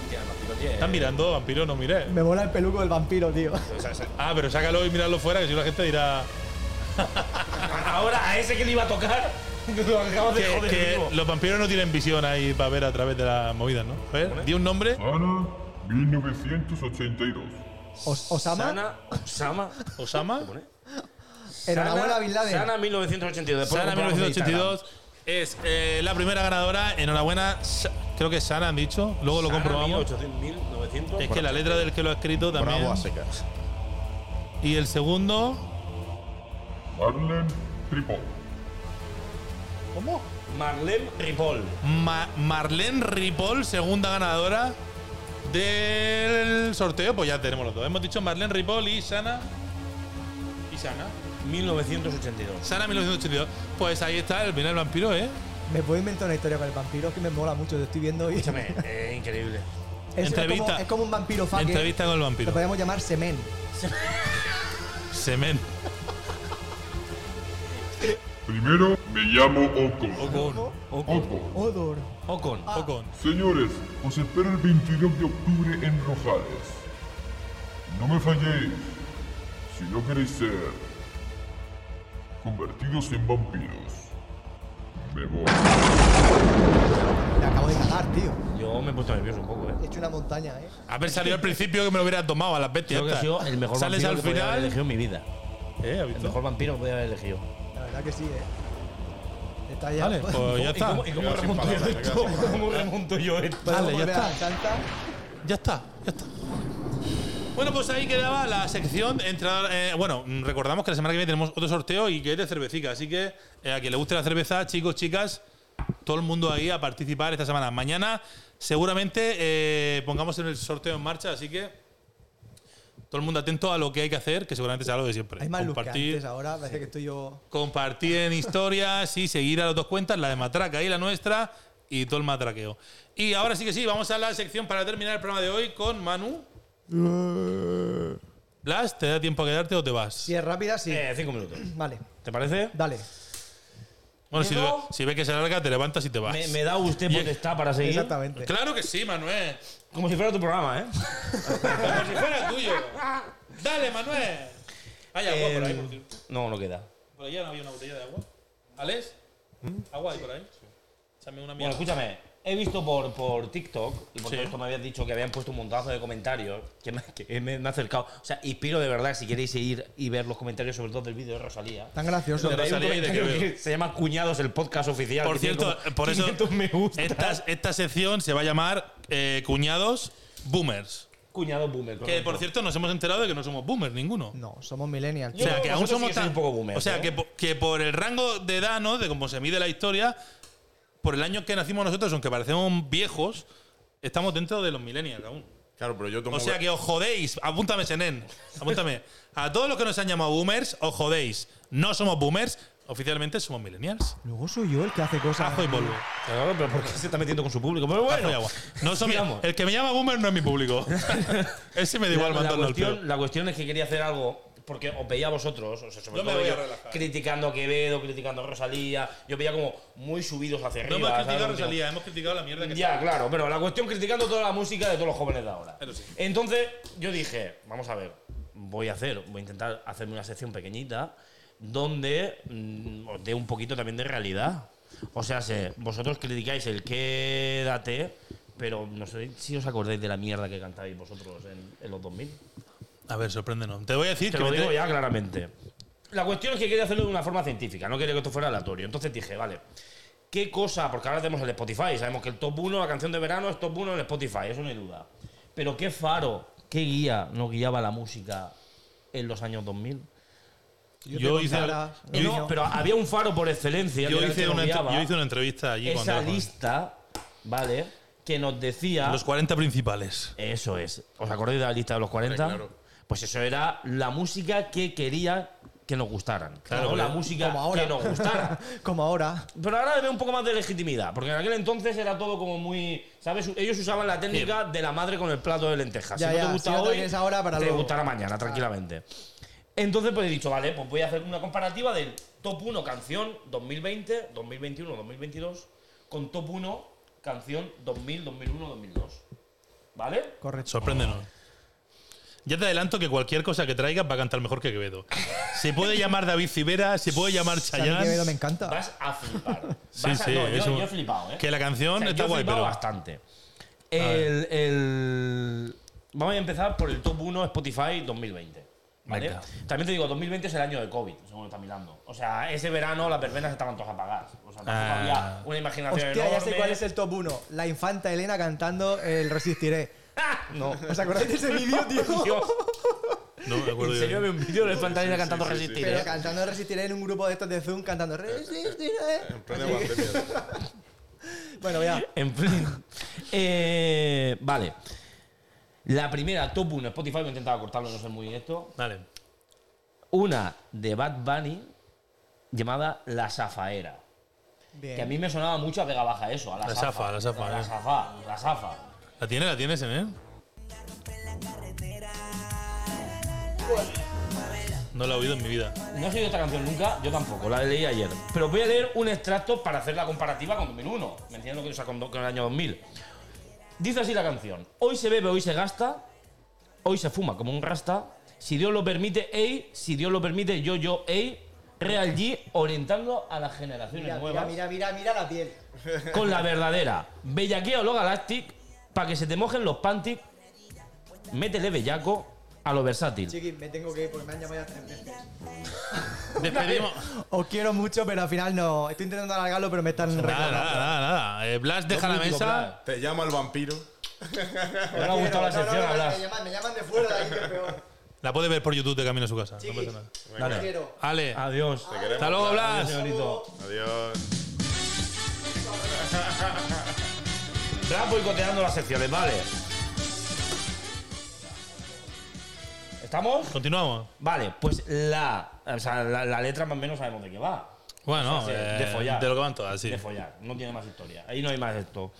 Hostia, el vampiro tiene- eh.
Están mirando, vampiro, no mire.
Me mola el peluco del vampiro, tío.
o sea, se-
Ah, pero sácalo y miradlo fuera, que si no la gente dirá
Ahora a ese que le iba a tocar, lo acabas de
que,
joder
que
vivo.
los vampiros no tienen visión ahí para ver a través de las movidas, ¿no? A ver, di un nombre.
Ana 1982.
Os- Osama,
Sana, Osama.
Osama.
enhorabuena
Sana-
Bin Laden.
Sana 1982. después lo
Sana
compramos en
1982 es eh, la primera ganadora. Enhorabuena. Sa- Creo que Sana han dicho. Luego lo
Instagram.
comprobamos.
Sana 1900.
Es que la letra del que lo ha escrito también.
Bravo a secas.
Y el segundo.
Marlene Tripod.
¿Cómo?
Marlene Ripoll.
Ma- Marlene Ripoll, segunda ganadora del sorteo. Pues ya tenemos los dos. Hemos dicho Marlene Ripoll y Sana. Y Sana.
1982.
Sana 1982. Pues ahí está el final vampiro, ¿eh?
Me puedo inventar una historia con el vampiro que me mola mucho, te estoy viendo y.
Escúchame, eh, increíble.
Es,
Entrevista.
Es como, es como un vampiro fucker.
Entrevista con el
Lo
vampiro.
podemos llamar semen.
Semen.
Primero me llamo Ocon.
Ocon.
Ocon.
Odor.
Ocon.
Ah.
Ocon.
Señores, os espero el 22 de octubre en Rojales. No me falléis. Si no queréis ser convertidos en vampiros. Me voy.
Me acabo de cagar, tío.
Yo me he puesto nervioso un poco, ¿eh?
He hecho una montaña, eh.
Haber salido al principio que me lo hubieras tomado a las bestias.
Creo que ha
estas.
sido el mejor
Sales
vampiro
al
que podía haber
final.
elegido en mi vida.
Eh, ¿has
El
visto?
mejor vampiro que podía haber elegido.
La verdad que sí, eh. Está ya.
Vale, pues ya está.
¿Y cómo remonto yo esto? ¿Cómo remonto yo esto?
Podemos
Vale, ya
volver
está.
a la chanta.
Ya está, ya está. Bueno, pues ahí quedaba la sección. entrar- eh, bueno, mm, recordamos que la semana que viene tenemos otro sorteo y que es de cervecita. Así que eh, a quien le guste la cerveza, chicos, chicas, todo el mundo ahí a participar esta semana. Mañana seguramente eh, pongamos el sorteo en marcha, así que todo el mundo atento a lo que hay que hacer, que seguramente será lo de siempre.
Hay más luz que
Compartir,
antes ahora. Parece que estoy yo.
compartir en historias y seguir a las dos cuentas, la de Matraca y la nuestra, y todo el matraqueo. Y ahora sí que sí, vamos a la sección para terminar el programa de hoy con Manu. Blas, ¿te da tiempo a quedarte o te vas?
Si es rápida, sí.
Eh, cinco minutos.
Vale,
¿Te parece?
dale.
Bueno, si,
¿Llego?
si ves que se alarga, te levantas y te vas.
Me, me da usted
Y-
potestad para seguir.
Exactamente.
Claro que sí, Manuel.
Como si fuera tu programa, ¿eh?
Como si fuera tuyo. Dale, Manuel. Hay agua por ahí,
Em.
por cierto.
No, no queda.
Por allá no había una botella de agua. ¿Alex? ¿Agua hay por ahí? Échame una
¿Mm? Bueno,
mierda.
escúchame. He visto por, por TikTok y por
Sí.
todo esto me habías dicho que habían puesto un montazo de comentarios que me, que me- me ha acercado. O sea, inspiro de verdad si queréis ir y ver los comentarios, sobre todo del vídeo de Rosalía.
Tan gracioso.
De
pues, Donde hay
Rosalía
un
y de
comentario
Quevedo.
que se llama Cuñados, el podcast oficial.
Por
que tiene
cierto,
como
por eso
500 me gusta.
esta, esta sección se va a llamar eh, Cuñados Boomers.
Cuñado boomer.
Que
correcto.
por cierto nos hemos enterado de que no somos boomers ninguno.
No, somos millennials.
O sea,
creo
que
que
aún
vosotros
somos
sí que sois
tan-
un poco boomers,
O sea,
¿eh?
que, po- que por el rango de edad, ¿no? De cómo se mide la historia, por el año que nacimos nosotros, aunque parecemos viejos, estamos dentro de los millennials aún.
Claro, pero yo tomo.
O sea que os jodéis. Apúntame, Senen. Apúntame. A todos los que nos han llamado boomers, os jodéis. No somos boomers, oficialmente somos millennials.
Luego soy yo el que hace cosas.
Ajo y polvo.
Claro, pero ¿por qué se está metiendo con su público? Pero bueno,
Ajo y agua. No somos-
sigamos.
el que me llama boomer no es mi público. Ese me da igual
la, la
mandarlo al pelo.
cuestión, la cuestión es que quería hacer algo porque os veía a vosotros, o sea, sobre
Yo me
todo
voy a
yo,
relajar.
criticando a Quevedo, criticando a Rosalía. Yo veía como muy subidos hacia
No
arriba.
hemos
¿sabes?
criticado a
Como,
Rosalía, hemos criticado la mierda que
Ya, claro, pero la cuestión criticando toda la música de todos los jóvenes de ahora.
Eso sí.
Entonces, yo dije, vamos a ver, voy a hacer, voy a intentar hacerme una sección pequeñita donde mm, os dé un poquito también de realidad. O sea, se- vosotros criticáis el quédate, pero no sé si os acordáis de la mierda que cantabais vosotros en, en los 2000.
A ver, sorpréndenos. Te voy a decir
Te
que
lo
me
digo
te-
ya claramente. La cuestión es que quería hacerlo de una forma científica, no quería que esto fuera aleatorio. Entonces dije, vale, ¿qué cosa? Porque ahora tenemos el Spotify, sabemos que el top 1, la canción de verano, es top 1 en Spotify, eso no hay duda. Pero ¿qué faro, qué guía no guiaba la música en los años 2000?
Yo,
te
hice,
contara,
yo
Eh, no,
hice-
pero había un faro por excelencia.
yo
que era el
hice
que nos
una, entre-
guiaba.
yo hice una entrevista allí cuando
Esa
era joven.
lista, ¿vale? Que nos decía...
Los 40 principales.
Eso es. ¿Os acordáis de la lista de los 40?
Hombre, claro.
Pues eso era la música que quería que nos gustaran.
Claro,
no la
porque-
música
Como ahora.
que nos gustara.
Como ahora.
Pero ahora le veo un poco más de legitimidad, porque en aquel entonces era todo como muy. ¿Sabes? Ellos usaban la técnica de la madre con el plato de lentejas.
Ya,
si no
ya,
te gusta
si no te
hoy,
vienes ahora, para
te
luego.
gustará mañana, tranquilamente. Entonces, pues he dicho, vale, pues voy a hacer una comparativa del top 1 canción 2020, 2021, 2022, con top 1 canción 2000, 2001, 2002. ¿Vale?
Correcto.
Sorpréndenos. Ya te adelanto que cualquier cosa que traigas va a cantar mejor que Quevedo. Se puede llamar David Civera, se puede llamar
O sea, a mí Quevedo me
Chayanne.
encanta.
Vas a flipar. Vas
Ah. Sí,
a-
sí,
no, yo,
es un-
yo he flipado, ¿eh?
Que la canción
O sea,
está
yo he
guay,
flipado
pero.
bastante. El, el- Vamos a empezar por el top 1 Spotify 2020. ¿vale?
Venga.
También te digo, 2020 es el año de COVID, según está mirando. O sea, ese verano las verbenas estaban todas apagadas. O sea, tampoco
Ah.
había una imaginación
Hostia, ya
enorme.
sé cuál es el top 1. La infanta Elena cantando el Resistiré.
No.
¿Os acordáis de ese vídeo, tío?
Dios,
No me acuerdo
en serio,
yo.
había un vídeo de Fantasía cantando
sí, sí, sí.
Resistir.
Pero
¿eh?
cantando el Resistiré en un grupo de estos de Zoom, cantando Resistiré.
En plena pandemia.
Bueno, ya.
En fin. Eh, vale. La primera, top 1 Spotify, voy a intentar cortarlo, no ser muy directo.
Vale.
una de Bad Bunny llamada La Zafaera.
Bien.
Que a mí me sonaba mucho a pega baja eso, a la,
La
zafa,
zafa, la zafa,
La
eh.
zafa, la zafa.
¿La tienes? ¿La tienes en él? No la he oído en mi vida.
No he oído esta canción nunca, yo tampoco, la leí ayer. Pero voy a leer un extracto para hacer la comparativa con 2001. ¿Me entiendes lo que o sea, con, do- con el año 2000? Dice así la canción. Hoy se bebe, hoy se gasta, hoy se fuma como un rasta. Si Dios lo permite, ey. Si Dios lo permite, yo, yo, ey. Real G orientando a las generaciones
Mira, mira,
nuevas
mira, mira, mira la piel.
con la verdadera. Bellaqueo lo galactic para que se te mojen los panties. Métele bellaco a lo versátil.
Chiqui, me tengo que ir porque me han llamado ya tres veces.
Despedimos.
Os quiero mucho, pero al final no. Estoy intentando alargarlo, pero me están
Nada,
reclamando.
nada, nada. nada. Eh, Blas deja la
Mítico,
mesa.
Blas.
Te llama el vampiro.
Me ha gustado la
No, no,
sección,
no,
hablas.
me, llaman, me llaman de fuera de ahí, que es peor.
La puede ver por YouTube de camino a su casa. No
Chiqui,
pasa nada.
te quiero.
Ale,
Adiós.
Te queremos.
hasta luego,
Adiós,
Blas.
señorito.
Adiós.
Estás boicoteando las secciones, vale. ¿Estamos?
Continuamos.
Vale, pues la, o sea, la, la letra más o menos sabemos de qué va.
Bueno,
O sea,
eh,
de follar.
lo que van todas, sí.
De follar, no tiene más historia. Ahí no hay más esto.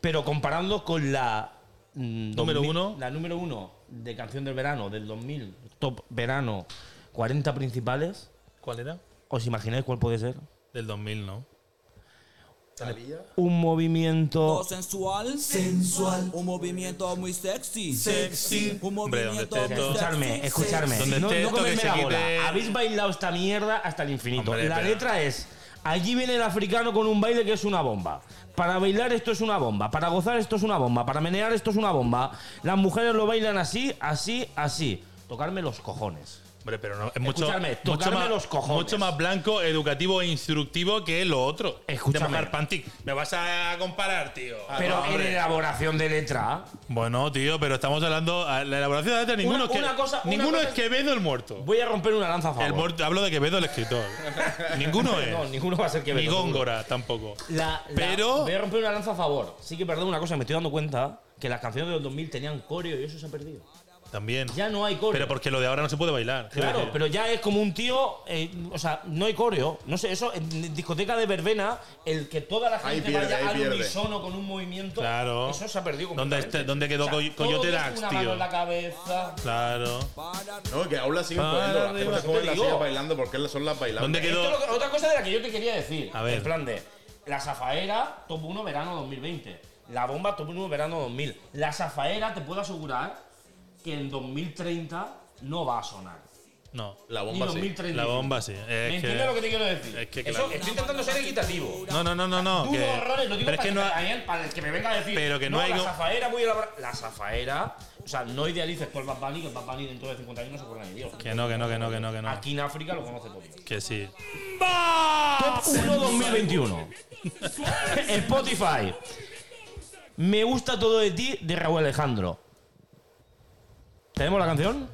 Pero comparando con la mm,
Número
2000,
uno.
la número uno de canción del verano del 2000, top verano, 40 principales,
¿Cuál era?
¿os imagináis cuál puede ser?
Del 2000, ¿no?
Un movimiento
sensual. Sensual. Un movimiento muy sexy.
Sexy.
Un
Hombre, donde
movimiento
esté
muy
todo.
Escucharme,
sexy.
escucharme.
Donde
no
esté
no
esto que
comerme
se
la
quite-
bola. Habéis bailado esta mierda hasta el infinito.
Hombre,
la
pero-
letra es: aquí viene el africano con un baile que es una bomba. Para bailar esto es una bomba. Para gozar esto es una bomba. Para menear esto es una bomba. Las mujeres lo bailan así, así, así. Tocarme los cojones.
Hombre, pero no, es mucho,
Escuchadme,
mucho,
tocarme
más,
los cojones.
mucho más blanco, educativo e instructivo que lo otro.
Escúchame.
De mojar panty. Me vas a comparar, tío.
Pero
Ah,
en
hombre.
elaboración de letra.
Bueno, tío, pero estamos hablando. La elaboración de la letra, ninguno,
Una-
es, que-
una cosa- una
ninguno
cosa-
es Quevedo el muerto.
Voy a romper una lanza a favor.
El muerto hablo de Quevedo el escritor. ninguno es.
No, ninguno va a ser que
Ni
Beto, seguro.
Góngora tampoco.
La- la-
Pero-
voy a romper una lanza a favor. Sí que perdón una cosa, me estoy dando cuenta que las canciones del 2000 tenían coreo y eso se ha perdido.
También.
Ya no hay coreo.
Pero porque lo de ahora no se puede bailar. Quiero
Claro,
decir,
pero ya es como un tío, eh, o sea, no hay coreo, no sé, eso en discoteca de verbena, el que toda la
Ahí
gente
pierde,
vaya
ahí
al
pierde.
unisóno con un movimiento,
Claro.
eso se ha perdido
¿Dónde
completamente.
este- dónde quedó Coy-
todo
Coyote
es
Dax,
una
tío?
mano en la cabeza.
Claro.
No, que aún la siguen
Ah,
poniendo. Las
arriba,
cosas como
te
las
digo.
siguen bailando porque son las bailando.
¿Dónde quedó?
Esto es lo que- otra cosa de la que yo te quería decir,
A ver.
en plan de la Zafaera Top 1 verano 2020, la bomba Top 1 verano 2000. La Zafaera te puedo asegurar que en 2030 no va a sonar.
No.
La
Ni
bomba sí.
2035.
La bomba sí.
¿Me
Es que-
entiendes lo que te quiero decir?
es que
Eso-
claro.
estoy intentando ser equitativo.
No, no, no, no, no.
Tuvo
que-
errores, lo digo
pero es
para,
que no. ha-
también para el que me venga a decir.
Pero que no hay
La
go-
zafaera muy elaborada. La zafaera. O sea, no idealices por Bad Bunny, que Bad Bunny dentro de 50 años no se acuerda ni Dios.
Que no, que no, que no, que no, que no.
Aquí en África lo conoce todo.
Que sí.
Top 1 2021. Spotify. Me gusta todo de ti de Raúl Alejandro. ¿Tenemos la canción?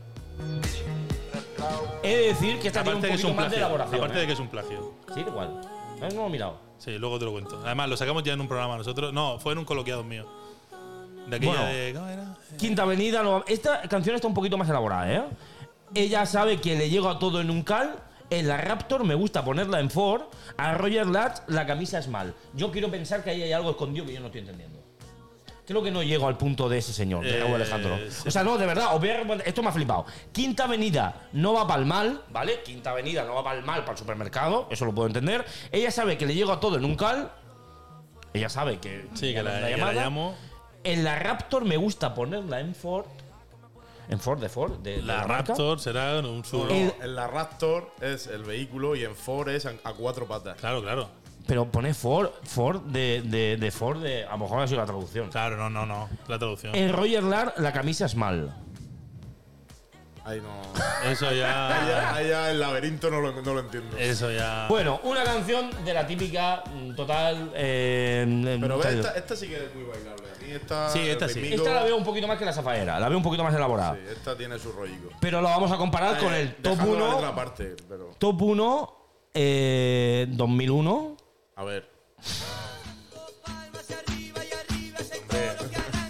He de decir que esta tiene un
Aparte de que es
poquito
un
más de
plagio.
elaboración.
Aparte
¿eh?
de que es un plagio.
Sí, igual. No lo he mirado.
Sí, luego te lo cuento. Además, lo sacamos ya en un programa nosotros. No, fue en un coloquiado mío. De aquella
Bueno.
de. ¿Cómo era?
Quinta Avenida. lo- esta canción está un poquito más elaborada, ¿eh? Ella sabe que le llego a todo en un cal. En la Raptor me gusta ponerla en Ford. A Roger Latch la camisa es mal. Yo quiero pensar que ahí hay algo escondido que yo no estoy entendiendo. Creo que no llego al punto de ese señor, de
Eh,
Raúl Alejandro.
sí.
O sea, no, de verdad, os voy a responder- Esto me ha flipado. Quinta Avenida no va para el mal, ¿vale? Quinta Avenida no va para el mal, para el supermercado, eso lo puedo entender. Ella sabe que le llego a todo en un cal. Ella sabe que.
Sí, que la,
una
que la
llamada.
llamo.
En la Raptor me gusta ponerla en Ford. En Ford de Ford. De, de
La
marca.
Raptor será un sub.
No,
El-
en la Raptor es el vehículo y en Ford es a, a cuatro patas.
Claro, claro.
Pero pone Ford, Ford de, de, de Ford de. A lo mejor ha sido la traducción.
Claro, no, no, no. La traducción.
En Roger Lar la camisa es mal.
Ahí no.
Eso ya.
Allá, allá el laberinto no lo, no lo entiendo.
Eso
Ah.
ya.
Bueno, una canción de la típica mm, total. eh,
Pero
mm,
ves,
tal-
esta, esta sí que es muy bailable. A mí esta.
Sí, esta sí.
ritmico,
esta la veo un poquito más que la Zafaera. La veo un poquito más elaborada.
sí, esta tiene su rollico.
Pero la vamos a comparar con el top
Dejando la
1.
letra aparte, pero.
Top 1 eh, 2001.
A ver.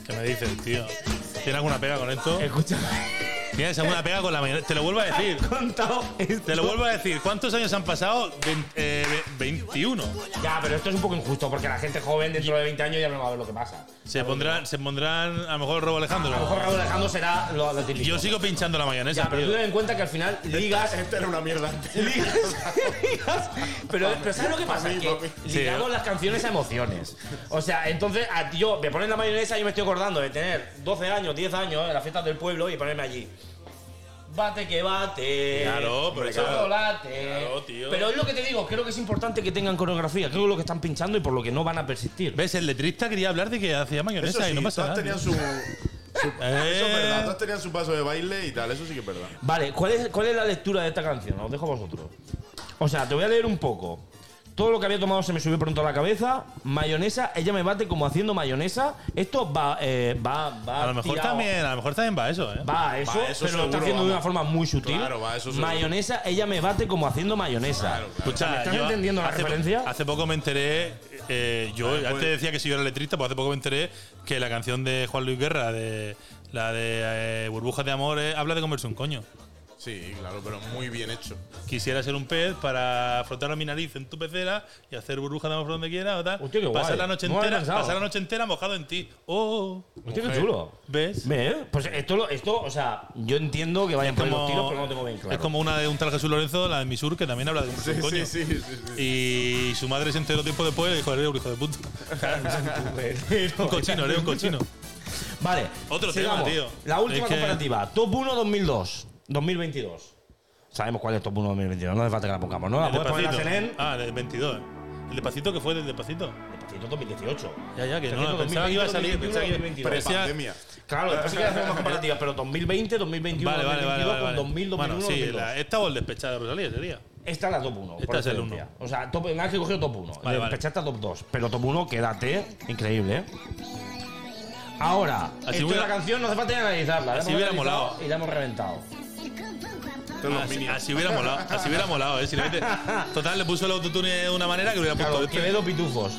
¿Qué me dices, tío? ¿Tienes alguna pega con esto?
Pues- Escúchame,
Tienes alguna pega con la mañana. Te lo vuelvo a decir.
he contado esto.
Te lo vuelvo a decir. ¿Cuántos años han pasado? Vein- eh, ve- 21.
Ya, pero esto es un poco injusto porque la gente joven dentro de 20 años ya no va a ver lo que pasa.
Se pondrán, se pondrán a lo mejor robo
A lo
Alejandro.
mejor Raúl Alejandro será lo, lo típico.
Yo sigo pinchando la
Ya,
mayonesa,
pero tú
tío.
ten en cuenta que al final ligas.
Esta era una mierda antes.
ligas, ligas. Pero, pero ¿sabes lo que pasa?
Pa' mí,
Que
pa' mí.
ligamos las canciones a emociones. O sea, entonces a- yo me ponen la ¿eh? mayonesa y yo me estoy acordando de tener 12 años, 10 años en las fiestas del pueblo y ponerme allí. Bate que bate.
Claro, pero eso-
chocolate.
claro, tío.
Pero es lo que te digo, creo que es importante que tengan coreografía. Creo que es lo que están pinchando y por lo que no van a persistir.
¿Ves? El letrista quería hablar de que hacía mayonesa
Eso sí,
y no pasa
todas
nada. Eh,
tenían
tío.
su. su- Ah, Eso
Eh.
es verdad, todas tenían su paso de baile y tal, eso sí que es verdad.
Vale, ¿cuál es, ¿cuál es la lectura de esta canción? Os dejo a vosotros. O sea, te voy a leer un poco. Todo lo que había tomado se me subió pronto a la cabeza. Mayonesa, ella me bate como haciendo mayonesa. Esto va. eh, va, va
a lo mejor
tirado-
también, a lo mejor también va eso, ¿eh?
Va a eso,
Va a eso
pero lo está
seguro,
haciendo de una
vamos.
forma muy sutil.
Claro, va a eso seguro.
mayonesa, ella me bate como haciendo mayonesa.
Escucha,
¿Me estás
yo
entendiendo la
hace po-
referencia?
Hace poco me enteré, eh, yo
Vale, pues-
antes decía que si yo era letrista, pues hace poco me enteré que la canción de Juan Luis Guerra, de la de eh, Burbujas de Amor, eh, habla de comerse un coño.
Sí, claro, pero muy bien hecho.
Quisiera ser un pez para frotar mi nariz en tu pecera y hacer burbujas de amor por donde quiera o tal.
Hostia, qué guay.
pasar la noche
No lo había
entera,
pensado.
pasar la noche entera mojado en ti. Oh,
Hostia, qué chulo.
¿ves?
Ve, ¿eh? Pues esto, lo- esto, o sea, yo entiendo que vayan por ahí los tiros, pero no lo tengo bien claro.
es como una de un tal Jesús Lorenzo, la de Misur, que también habla de comerse
Sí,
un coño.
sí, sí, sí, sí.
Y su madre se enteró tiempo después y dijo, eres un hijo de puta. un cochino, eres un cochino.
Vale.
Otro
sigamos.
tema, tío.
La última
Es que-
comparativa. Top 1 2002. 2022. Sabemos cuál es Top 1 2022. No hace falta que la pongamos, ¿no? La
El
puedes poner la
Despacito.
CNN.
Ah, el 22. eh. El despacito que fue del despacito.
Despacito 2018.
Ya, ya, que no,
Despacito
pensaba que iba a
2021,
salir. Pensaba que
2022.
parecía-
Prepandemia.
Claro, después sí que hacemos más comparativas, pero 2020, 2021,
Vale, vale, vale.
2022
vale, vale.
con 2000, 2001,
bueno, sí,
2002.
la- esta o el despechado de Rosalía sería.
Esta es la top 1.
Esta
por
es el
excelencia.
uno.
O sea, top, nada que he cogido top 1.
Vale, vale.
Pechata top 2. Pero top 1, quédate. Increíble, ¿eh? Ahora,
Así
esto
Ah, hubiera-
es la canción, no hace falta ni analizarla. ¿eh? La
así
hemos
hubiera
analizado
molado.
Y la hemos reventado.
Esto es los
Así,
minions.
Ah, así hubiera molado, así hubiera molado, eh. Si le mete- total, le puso el autotune de una manera que hubiera puesto
Claro,
este.
Quevedo Pitufos.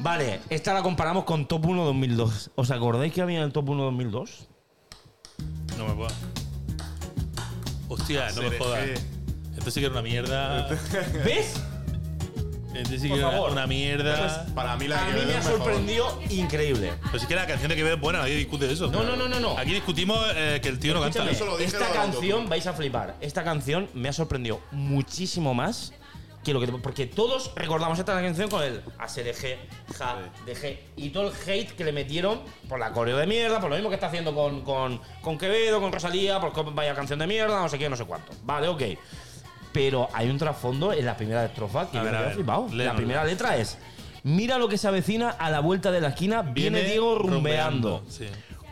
Vale, esta la comparamos con Top 1 2002. ¿Os acordáis que había en el Top 1 2002?
No me puedo. Hostia, no me
Serejé.
jodas. Esto sí que era una mierda.
¿Ves?
Esto sí que
Por
era
favor.
una mierda.
Para mí la
A
de
mí
Quevedo
me ha
es mejor.
sorprendido increíble.
Pero sí que la canción de Quevedo es buena, nadie discute eso.
No, no, no, no, no.
Aquí discutimos eh, que el tío no canta.
Escúchame,
Eso lo dije
esta
lo del
canción,
autotune.
vais a flipar, esta canción me ha sorprendido muchísimo más que lo que... Porque todos recordamos esta canción con el ASLG, ja, DG y todo el hate que le metieron por la coreo de mierda, por lo mismo que está haciendo con, con, con Quevedo, con Rosalía, por cómo vaya canción de mierda, no sé qué, no sé cuánto. Vale, ok. Pero hay un trasfondo en la primera estrofa que
A
yo
ver,
me
a
quedo
ver,
flipado. La
léanosla.
primera letra es... Mira lo que se avecina a la vuelta de la esquina, viene, Diego rumbeando.
Sí.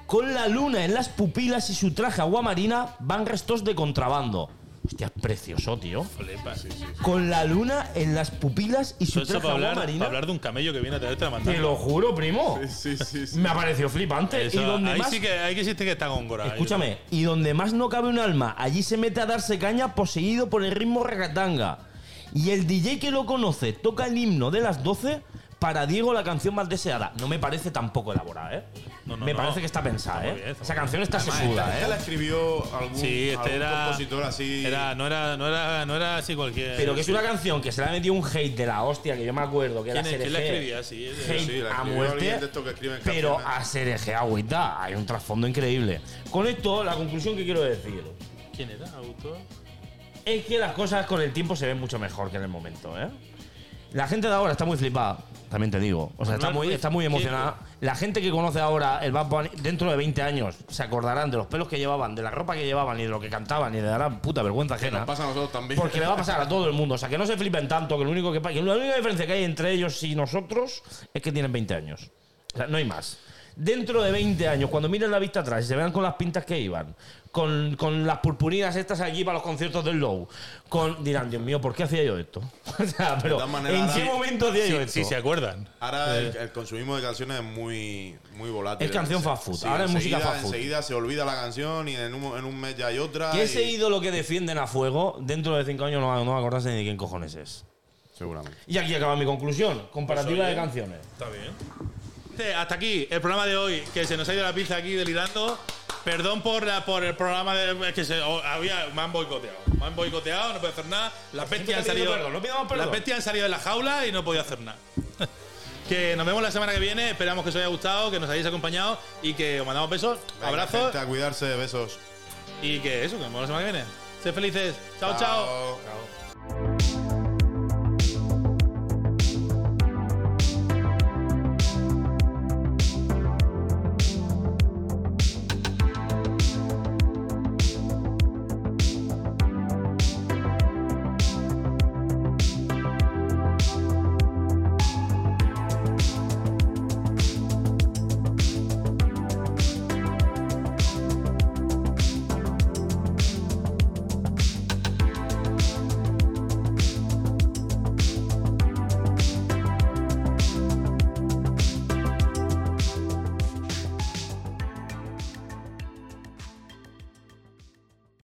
Con la luna en las pupilas y su traje aguamarina van restos de contrabando. Hostia, es precioso, tío.
Flipa.
Con la luna en las pupilas y su
Todo eso
traje
para hablar,
aguamarina.
para hablar de un camello que viene a traerte la
Te
mandanga.
lo juro, primo.
Sí, sí, sí.
Me ha parecido flipante.
Eso,
y donde
ahí
más,
sí que, ahí que sí que está Góngora. ahí.
escúchame, y donde más no cabe un alma, allí se mete a darse caña poseído por el ritmo ragatanga. Y el DJ que lo conoce toca el himno de las 12 para Diego la canción más deseada. No me parece tampoco elaborada, ¿eh?
No, no,
me
no.
parece que está pensada,
Está
¿eh?
muy bien, está
Esa
muy
canción está
Además,
sesuda,
esta,
¿eh?
esta la escribió algún,
Sí, este
algún
era.
compositor así.
Era, no, era, no, era, no era así cualquier.
Pero que es una canción que se le ha metido un hate de la hostia, que yo me acuerdo que era
¿Quién es- quién la
SRG,
escribía? Sí, es-
hate
sí, la
a
escribió
muerte.
alguien de estos que escriben
Pero a
canciones.
SRG agüita, hay un trasfondo increíble. Con esto, la conclusión que quiero decir
¿Quién era? ¿Autor?
es que las cosas con el tiempo se ven mucho mejor que en el momento, ¿eh? La gente de ahora está muy flipada, también te digo. O sea, está
Manuel
muy,
Ruiz
está muy emocionada.
Quieto.
La gente que conoce ahora el Bad Bunny, dentro de 20 años, se acordarán de los pelos que llevaban, de la ropa que llevaban y de lo que cantaban y le darán puta vergüenza ajena.
Nos pasa a nosotros también.
Porque le va a pasar a todo el mundo. O sea, que no se flipen tanto, que, lo único que, pa- que la única diferencia que hay entre ellos y nosotros es que tienen 20 años. O sea, no hay más. Dentro de 20 años, cuando miren la vista atrás y se vean con las pintas que iban, con, con las purpurinas estas aquí para los conciertos del Low, con, dirán, Dios mío, ¿por qué hacía yo esto? o sea, pero
todas maneras,
¿en
ahora-
qué momento hacía yo
Sí,
esto?
sí, se acuerdan.
Ahora el, el consumismo de canciones es muy, muy volátil.
Es canción fast food. Ahora es música
enseguida-
fast food.
Enseguida se olvida la canción y en un, en un mes ya hay otra.
que
y-
ese ídolo que defienden a fuego, dentro de 5 años no, va- no va a acordarse ni de quién cojones es.
Seguramente.
Y aquí acaba mi conclusión, comparativa de canciones.
Está bien. Hasta aquí el programa de hoy, que se nos ha ido la pizza aquí delirando. Perdón por, la, por el programa de, es que se, o- había, me han boicoteado. Me han boicoteado, no puedo hacer nada. Las bestias han
pidiendo
salido.
perdón, no pidamos perdón.
las bestias han salido de la jaula y no he podido hacer nada. que nos vemos la semana que viene. Esperamos que os haya gustado, que nos hayáis acompañado y que os mandamos besos,
Venga,
abrazos
gente, a cuidarse, besos.
y que eso, que nos vemos la semana que viene. Sed felices. chao. chao.
Chao.